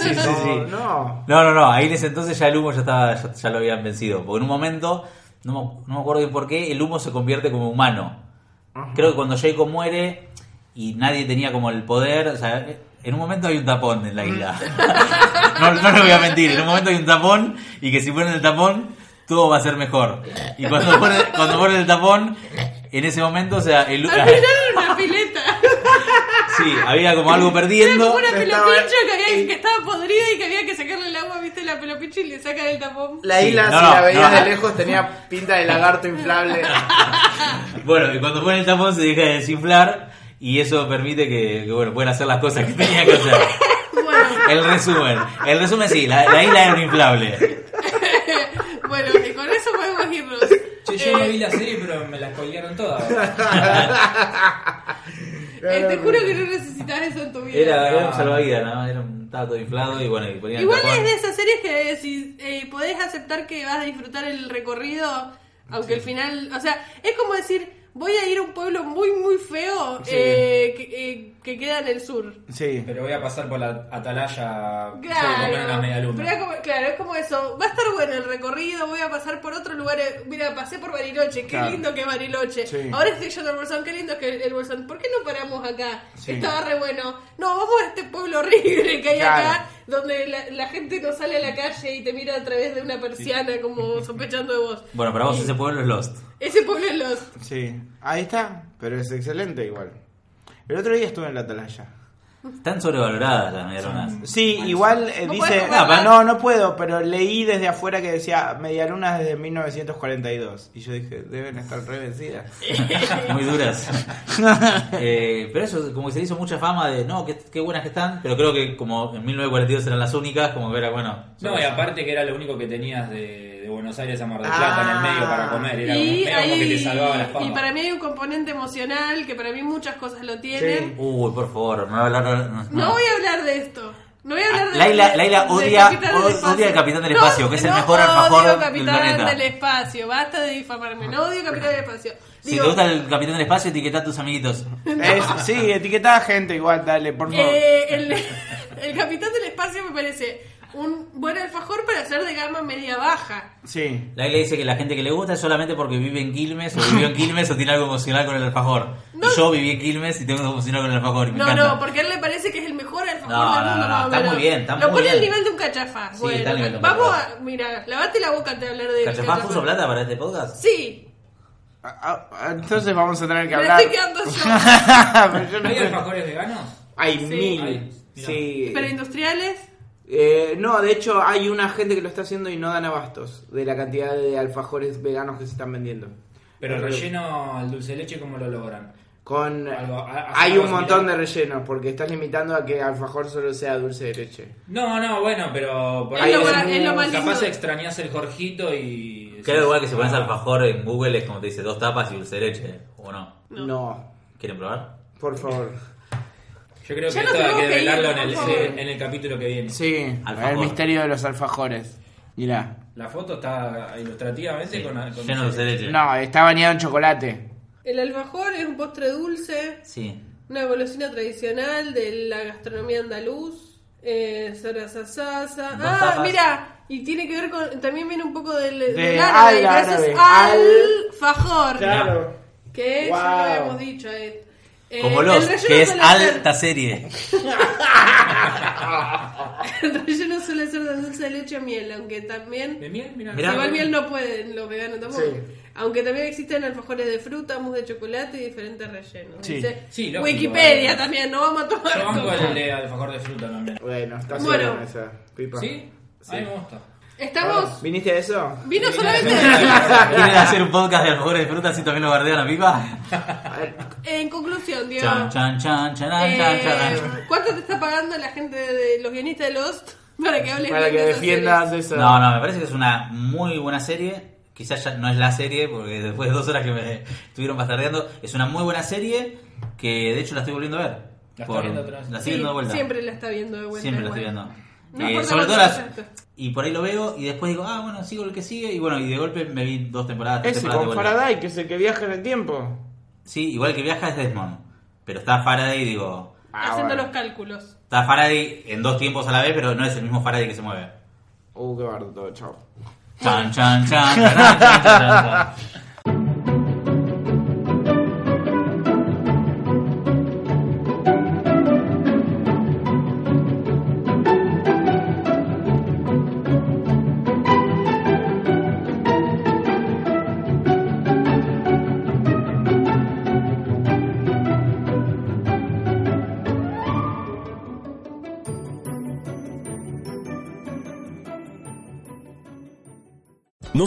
Speaker 1: Sí, sí,
Speaker 4: no,
Speaker 1: sí.
Speaker 4: No.
Speaker 1: No, no, no, ahí en ese entonces ya el humo ya, estaba, ya, ya lo habían vencido. Porque en un momento, no me, no me acuerdo bien por qué, el humo se convierte como humano. Creo que cuando Jacob muere y nadie tenía como el poder, o sea, en un momento hay un tapón en la isla. [laughs] no, no le voy a mentir, en un momento hay un tapón y que si ponen el tapón, todo va a ser mejor. Y cuando ponen, cuando ponen el tapón, en ese momento, o sea, el
Speaker 3: Al final era
Speaker 1: [laughs]
Speaker 3: una pileta.
Speaker 1: Sí, había como algo
Speaker 3: Era
Speaker 1: perdiendo.
Speaker 3: como una
Speaker 4: Estaba-
Speaker 3: pelopincha que, había- que estaba podrida y que había que sacarle el agua, viste, la pelopincha y le sacan el tapón.
Speaker 4: La
Speaker 1: Sí,
Speaker 4: isla,
Speaker 1: no,
Speaker 4: si
Speaker 1: no,
Speaker 4: la veías
Speaker 1: no.
Speaker 4: de lejos, tenía pinta de lagarto inflable.
Speaker 1: Bueno, y cuando ponen el tapón se deja de desinflar y eso permite que, que, bueno, puedan hacer las cosas que tenían que hacer.
Speaker 3: Bueno,
Speaker 1: El resumen. El resumen sí, la, la isla era un inflable.
Speaker 3: [laughs] bueno, y con eso podemos irnos.
Speaker 5: Che, yo no vi la serie, pero me las colgaron todas.
Speaker 3: [laughs] Eh, te juro que no necesitas eso en tu vida.
Speaker 1: Era, era un salvavidas, ¿no? Era un, estaba todo inflado y bueno, y ponían el
Speaker 3: Igual
Speaker 1: tapón.
Speaker 3: es de esas series que si eh, podés aceptar que vas a disfrutar el recorrido, aunque el final, o sea, es como decir, voy a ir a un pueblo muy, muy feo eh, que, eh, que queda en el sur.
Speaker 4: Sí.
Speaker 5: Pero voy a pasar por la atalaya solo por comer
Speaker 3: Claro,
Speaker 5: unas
Speaker 3: pero es
Speaker 5: medialunas.
Speaker 3: como- claro, es como eso, va a estar bueno el recorrido, voy a pasar por otros lugares, mira, pasé por Bariloche, qué
Speaker 4: Claro.
Speaker 3: lindo que es Bariloche,
Speaker 4: Sí.
Speaker 3: ahora estoy yendo al Bolsón, qué lindo que es el Bolsón, ¿por qué no paramos acá?
Speaker 4: Sí.
Speaker 3: Estaba re bueno, no, vamos a este pueblo horrible que hay
Speaker 4: Claro.
Speaker 3: acá, donde la, la gente no sale a la calle y te mira a través de una persiana como sospechando de vos.
Speaker 1: Bueno, para vos ese pueblo es Lost.
Speaker 3: Ese pueblo es los...
Speaker 4: Sí. Ahí está. Pero es excelente igual.
Speaker 2: El otro día estuve en la atalaya.
Speaker 1: Están sobrevaloradas las medialunas.
Speaker 2: Sí, igual eh,
Speaker 3: No
Speaker 2: dice.
Speaker 3: puedes tocarla.
Speaker 2: No, no puedo, pero leí desde afuera que decía medialunas desde 1942. Y yo dije, deben estar re
Speaker 3: [laughs]
Speaker 2: vencidas.
Speaker 1: [laughs] Muy duras. Eh, pero eso, como que se le hizo mucha fama de, no, qué, qué buenas que están, pero creo que como en 1942 eran las únicas, como que era, bueno...
Speaker 5: No, y aparte que era lo único que tenías de, de Buenos Aires a Mar del Plata en el medio para comer. Era
Speaker 3: Ah.
Speaker 5: como,
Speaker 3: Y,
Speaker 5: medio como que te
Speaker 3: ahí-
Speaker 5: salvaba las
Speaker 3: y
Speaker 5: papas.
Speaker 3: para mí hay un componente emocional que para mí muchas cosas lo tienen.
Speaker 1: Uy, por favor, no hablar... No, no.
Speaker 3: No voy a hablar de esto. No voy a hablar de
Speaker 1: Ah. Laila-
Speaker 3: de-
Speaker 1: Laila
Speaker 3: de
Speaker 1: odia-
Speaker 3: Capitán del
Speaker 1: od-
Speaker 3: Espacio.
Speaker 1: odia al Capitán del
Speaker 3: No,
Speaker 1: Espacio, que es el
Speaker 3: no
Speaker 1: mejor alfajor
Speaker 3: odio
Speaker 1: del
Speaker 3: Capitán
Speaker 1: planeta.
Speaker 3: del Espacio, basta de difamarme. No odio Capitán del Espacio.
Speaker 1: Si
Speaker 3: Digo,
Speaker 1: te gusta el Capitán del Espacio, etiqueta a tus amiguitos.
Speaker 2: Es- sí, etiquetá a gente igual, dale, por favor.
Speaker 3: eh, el, el [laughs] Capitán del Espacio me parece un buen alfajor para hacer de gama media-baja.
Speaker 2: Sí.
Speaker 1: Laila dice que la gente que le gusta es solamente porque vive en Quilmes, o vivió en Quilmes, o tiene algo emocional con el alfajor. Y yo viví en Quilmes y tengo algo emocional con el alfajor, y me
Speaker 3: No,
Speaker 1: encanta.
Speaker 3: no, porque a él le parece que es el mejor alfajor
Speaker 1: No,
Speaker 3: del
Speaker 1: no, no,
Speaker 3: mundo. más o
Speaker 1: está
Speaker 3: menos.
Speaker 1: muy bien, está
Speaker 3: Lo
Speaker 1: muy
Speaker 3: pone al
Speaker 1: bien.
Speaker 3: nivel de un cachafaz.
Speaker 1: Sí,
Speaker 3: bueno,
Speaker 1: está al nivel de un
Speaker 3: vamos
Speaker 1: cachafaz.
Speaker 3: a. Mira, lavate la boca antes de hablar de
Speaker 1: ¿Cachafaz puso plata para este podcast?
Speaker 3: Sí,
Speaker 2: Ah, ah, Entonces vamos a tener que
Speaker 3: me
Speaker 2: hablar.
Speaker 3: estoy quedando
Speaker 1: [laughs]
Speaker 2: [laughs]
Speaker 3: yo.
Speaker 2: Pero yo no
Speaker 5: ¿Hay
Speaker 2: sé.
Speaker 5: alfajores veganos?
Speaker 2: Hay mil.
Speaker 5: Ay, mira.
Speaker 2: sí.
Speaker 3: Pero industriales.
Speaker 4: Eh, no, de hecho hay una gente que lo está haciendo y no dan abastos de la cantidad de alfajores veganos que se están vendiendo.
Speaker 5: Pero el relleno al dulce de leche, ¿cómo lo logran?
Speaker 4: Con
Speaker 5: Algo- a- a-
Speaker 4: hay
Speaker 5: algo
Speaker 4: un montón de
Speaker 5: similar.
Speaker 4: rellenos porque estás limitando a que alfajor solo sea dulce de leche.
Speaker 5: No, no, bueno, pero por
Speaker 3: Es
Speaker 5: ahí
Speaker 3: lo
Speaker 5: es
Speaker 3: más- es lo más
Speaker 5: capaz
Speaker 3: lindo.
Speaker 5: extrañas el Jorgito y...
Speaker 1: Creo igual que si pones alfajor en Google es como te dice dos tapas y dulce de leche, ¿o no?
Speaker 4: No,
Speaker 1: ¿Quieren probar?
Speaker 4: por favor.
Speaker 5: Yo creo que
Speaker 3: Ya
Speaker 5: esto
Speaker 3: lo
Speaker 5: hay que
Speaker 3: tengo que ir,
Speaker 5: develarlo en el,
Speaker 3: por favor.
Speaker 5: en el capítulo que viene.
Speaker 2: Sí,
Speaker 1: Alfajor.
Speaker 2: el misterio de los alfajores. Mirá.
Speaker 5: La foto está ilustrativamente con, con...
Speaker 1: Lleno de dulce de leche.
Speaker 2: No, está bañado en chocolate.
Speaker 3: El alfajor es un postre dulce,
Speaker 1: Sí.
Speaker 3: una golosina tradicional de la gastronomía andaluz. Eh, sarasasasa.
Speaker 1: Dos
Speaker 3: Ah,
Speaker 1: tapas.
Speaker 3: mira, y tiene que ver con. También viene un poco del,
Speaker 2: De
Speaker 3: del árabe,
Speaker 2: al
Speaker 3: gracias
Speaker 2: árabe,
Speaker 3: al alfajor.
Speaker 4: Claro.
Speaker 3: Que
Speaker 4: Wow.
Speaker 3: ya lo habíamos dicho. eh. Eh,
Speaker 1: Como
Speaker 3: el
Speaker 1: los,
Speaker 3: relleno
Speaker 1: que es
Speaker 3: suele ser-
Speaker 1: alta serie.
Speaker 3: [laughs] El relleno suele ser de dulce de leche o miel, aunque también.
Speaker 5: ¿De miel? Mira.
Speaker 1: Mirá.
Speaker 3: Igual miel no pueden, los veganos tampoco.
Speaker 4: Sí.
Speaker 3: Aunque también existen alfajores de fruta, mousse de chocolate y diferentes rellenos.
Speaker 2: Sí.
Speaker 3: Dice
Speaker 5: Sí, lógico,
Speaker 3: Wikipedia
Speaker 5: eh.
Speaker 3: también, no vamos a tomar.
Speaker 5: Yo banco
Speaker 3: como-
Speaker 5: el de alfajor de fruta también.
Speaker 4: Bueno, está
Speaker 3: Bueno.
Speaker 4: bueno. esa pipa.
Speaker 5: ¿Sí? A mí me gusta.
Speaker 3: Estamos.
Speaker 4: ¿Viniste a eso?
Speaker 3: Vino
Speaker 4: [laughs]
Speaker 3: solamente.
Speaker 1: ¿Quieren hacer un podcast de alfajores de frutas y también lo bardean a pipa?
Speaker 3: En conclusión, Diego.
Speaker 1: Chan, chan, chan, chan,
Speaker 3: eh,
Speaker 1: chan, chan.
Speaker 3: ¿Cuánto te está pagando la gente de los guionistas de Lost [laughs] para que hables
Speaker 4: Para
Speaker 3: bien
Speaker 4: que
Speaker 3: de esa
Speaker 4: defiendas
Speaker 3: serie?
Speaker 4: eso.
Speaker 1: No, no, me parece que es una muy buena serie. Quizás ya no es la serie, porque después de dos horas que me estuvieron bastardeando, es una muy buena serie que de hecho la estoy volviendo a ver.
Speaker 5: La está viendo otra vez.
Speaker 1: La
Speaker 3: Sí,
Speaker 1: estoy viendo de vuelta.
Speaker 3: Siempre la está viendo de vuelta.
Speaker 1: Siempre la estoy
Speaker 3: igual.
Speaker 1: viendo.
Speaker 3: No
Speaker 1: Eh,
Speaker 3: importa
Speaker 1: sobre todo
Speaker 3: cuánto
Speaker 1: las.
Speaker 3: sea esto.
Speaker 1: Y por ahí lo veo y después digo, ah, bueno, sigo el que sigue. Y bueno, y de golpe me vi dos temporadas, tres
Speaker 2: Ese
Speaker 1: temporadas
Speaker 2: con
Speaker 1: de vuelta.
Speaker 2: Faraday, que es el que viaja en el tiempo.
Speaker 1: Sí, igual que viaja es Desmond. Pero está Faraday, digo.
Speaker 3: Haciendo
Speaker 2: bueno.
Speaker 3: los cálculos.
Speaker 1: Está Faraday en dos tiempos a la vez, pero no es el mismo Faraday que se mueve.
Speaker 2: Uh, qué bardo todo, chao.
Speaker 1: Chan, chan, chan, chan, chan, chan, chan.
Speaker 6: ¿No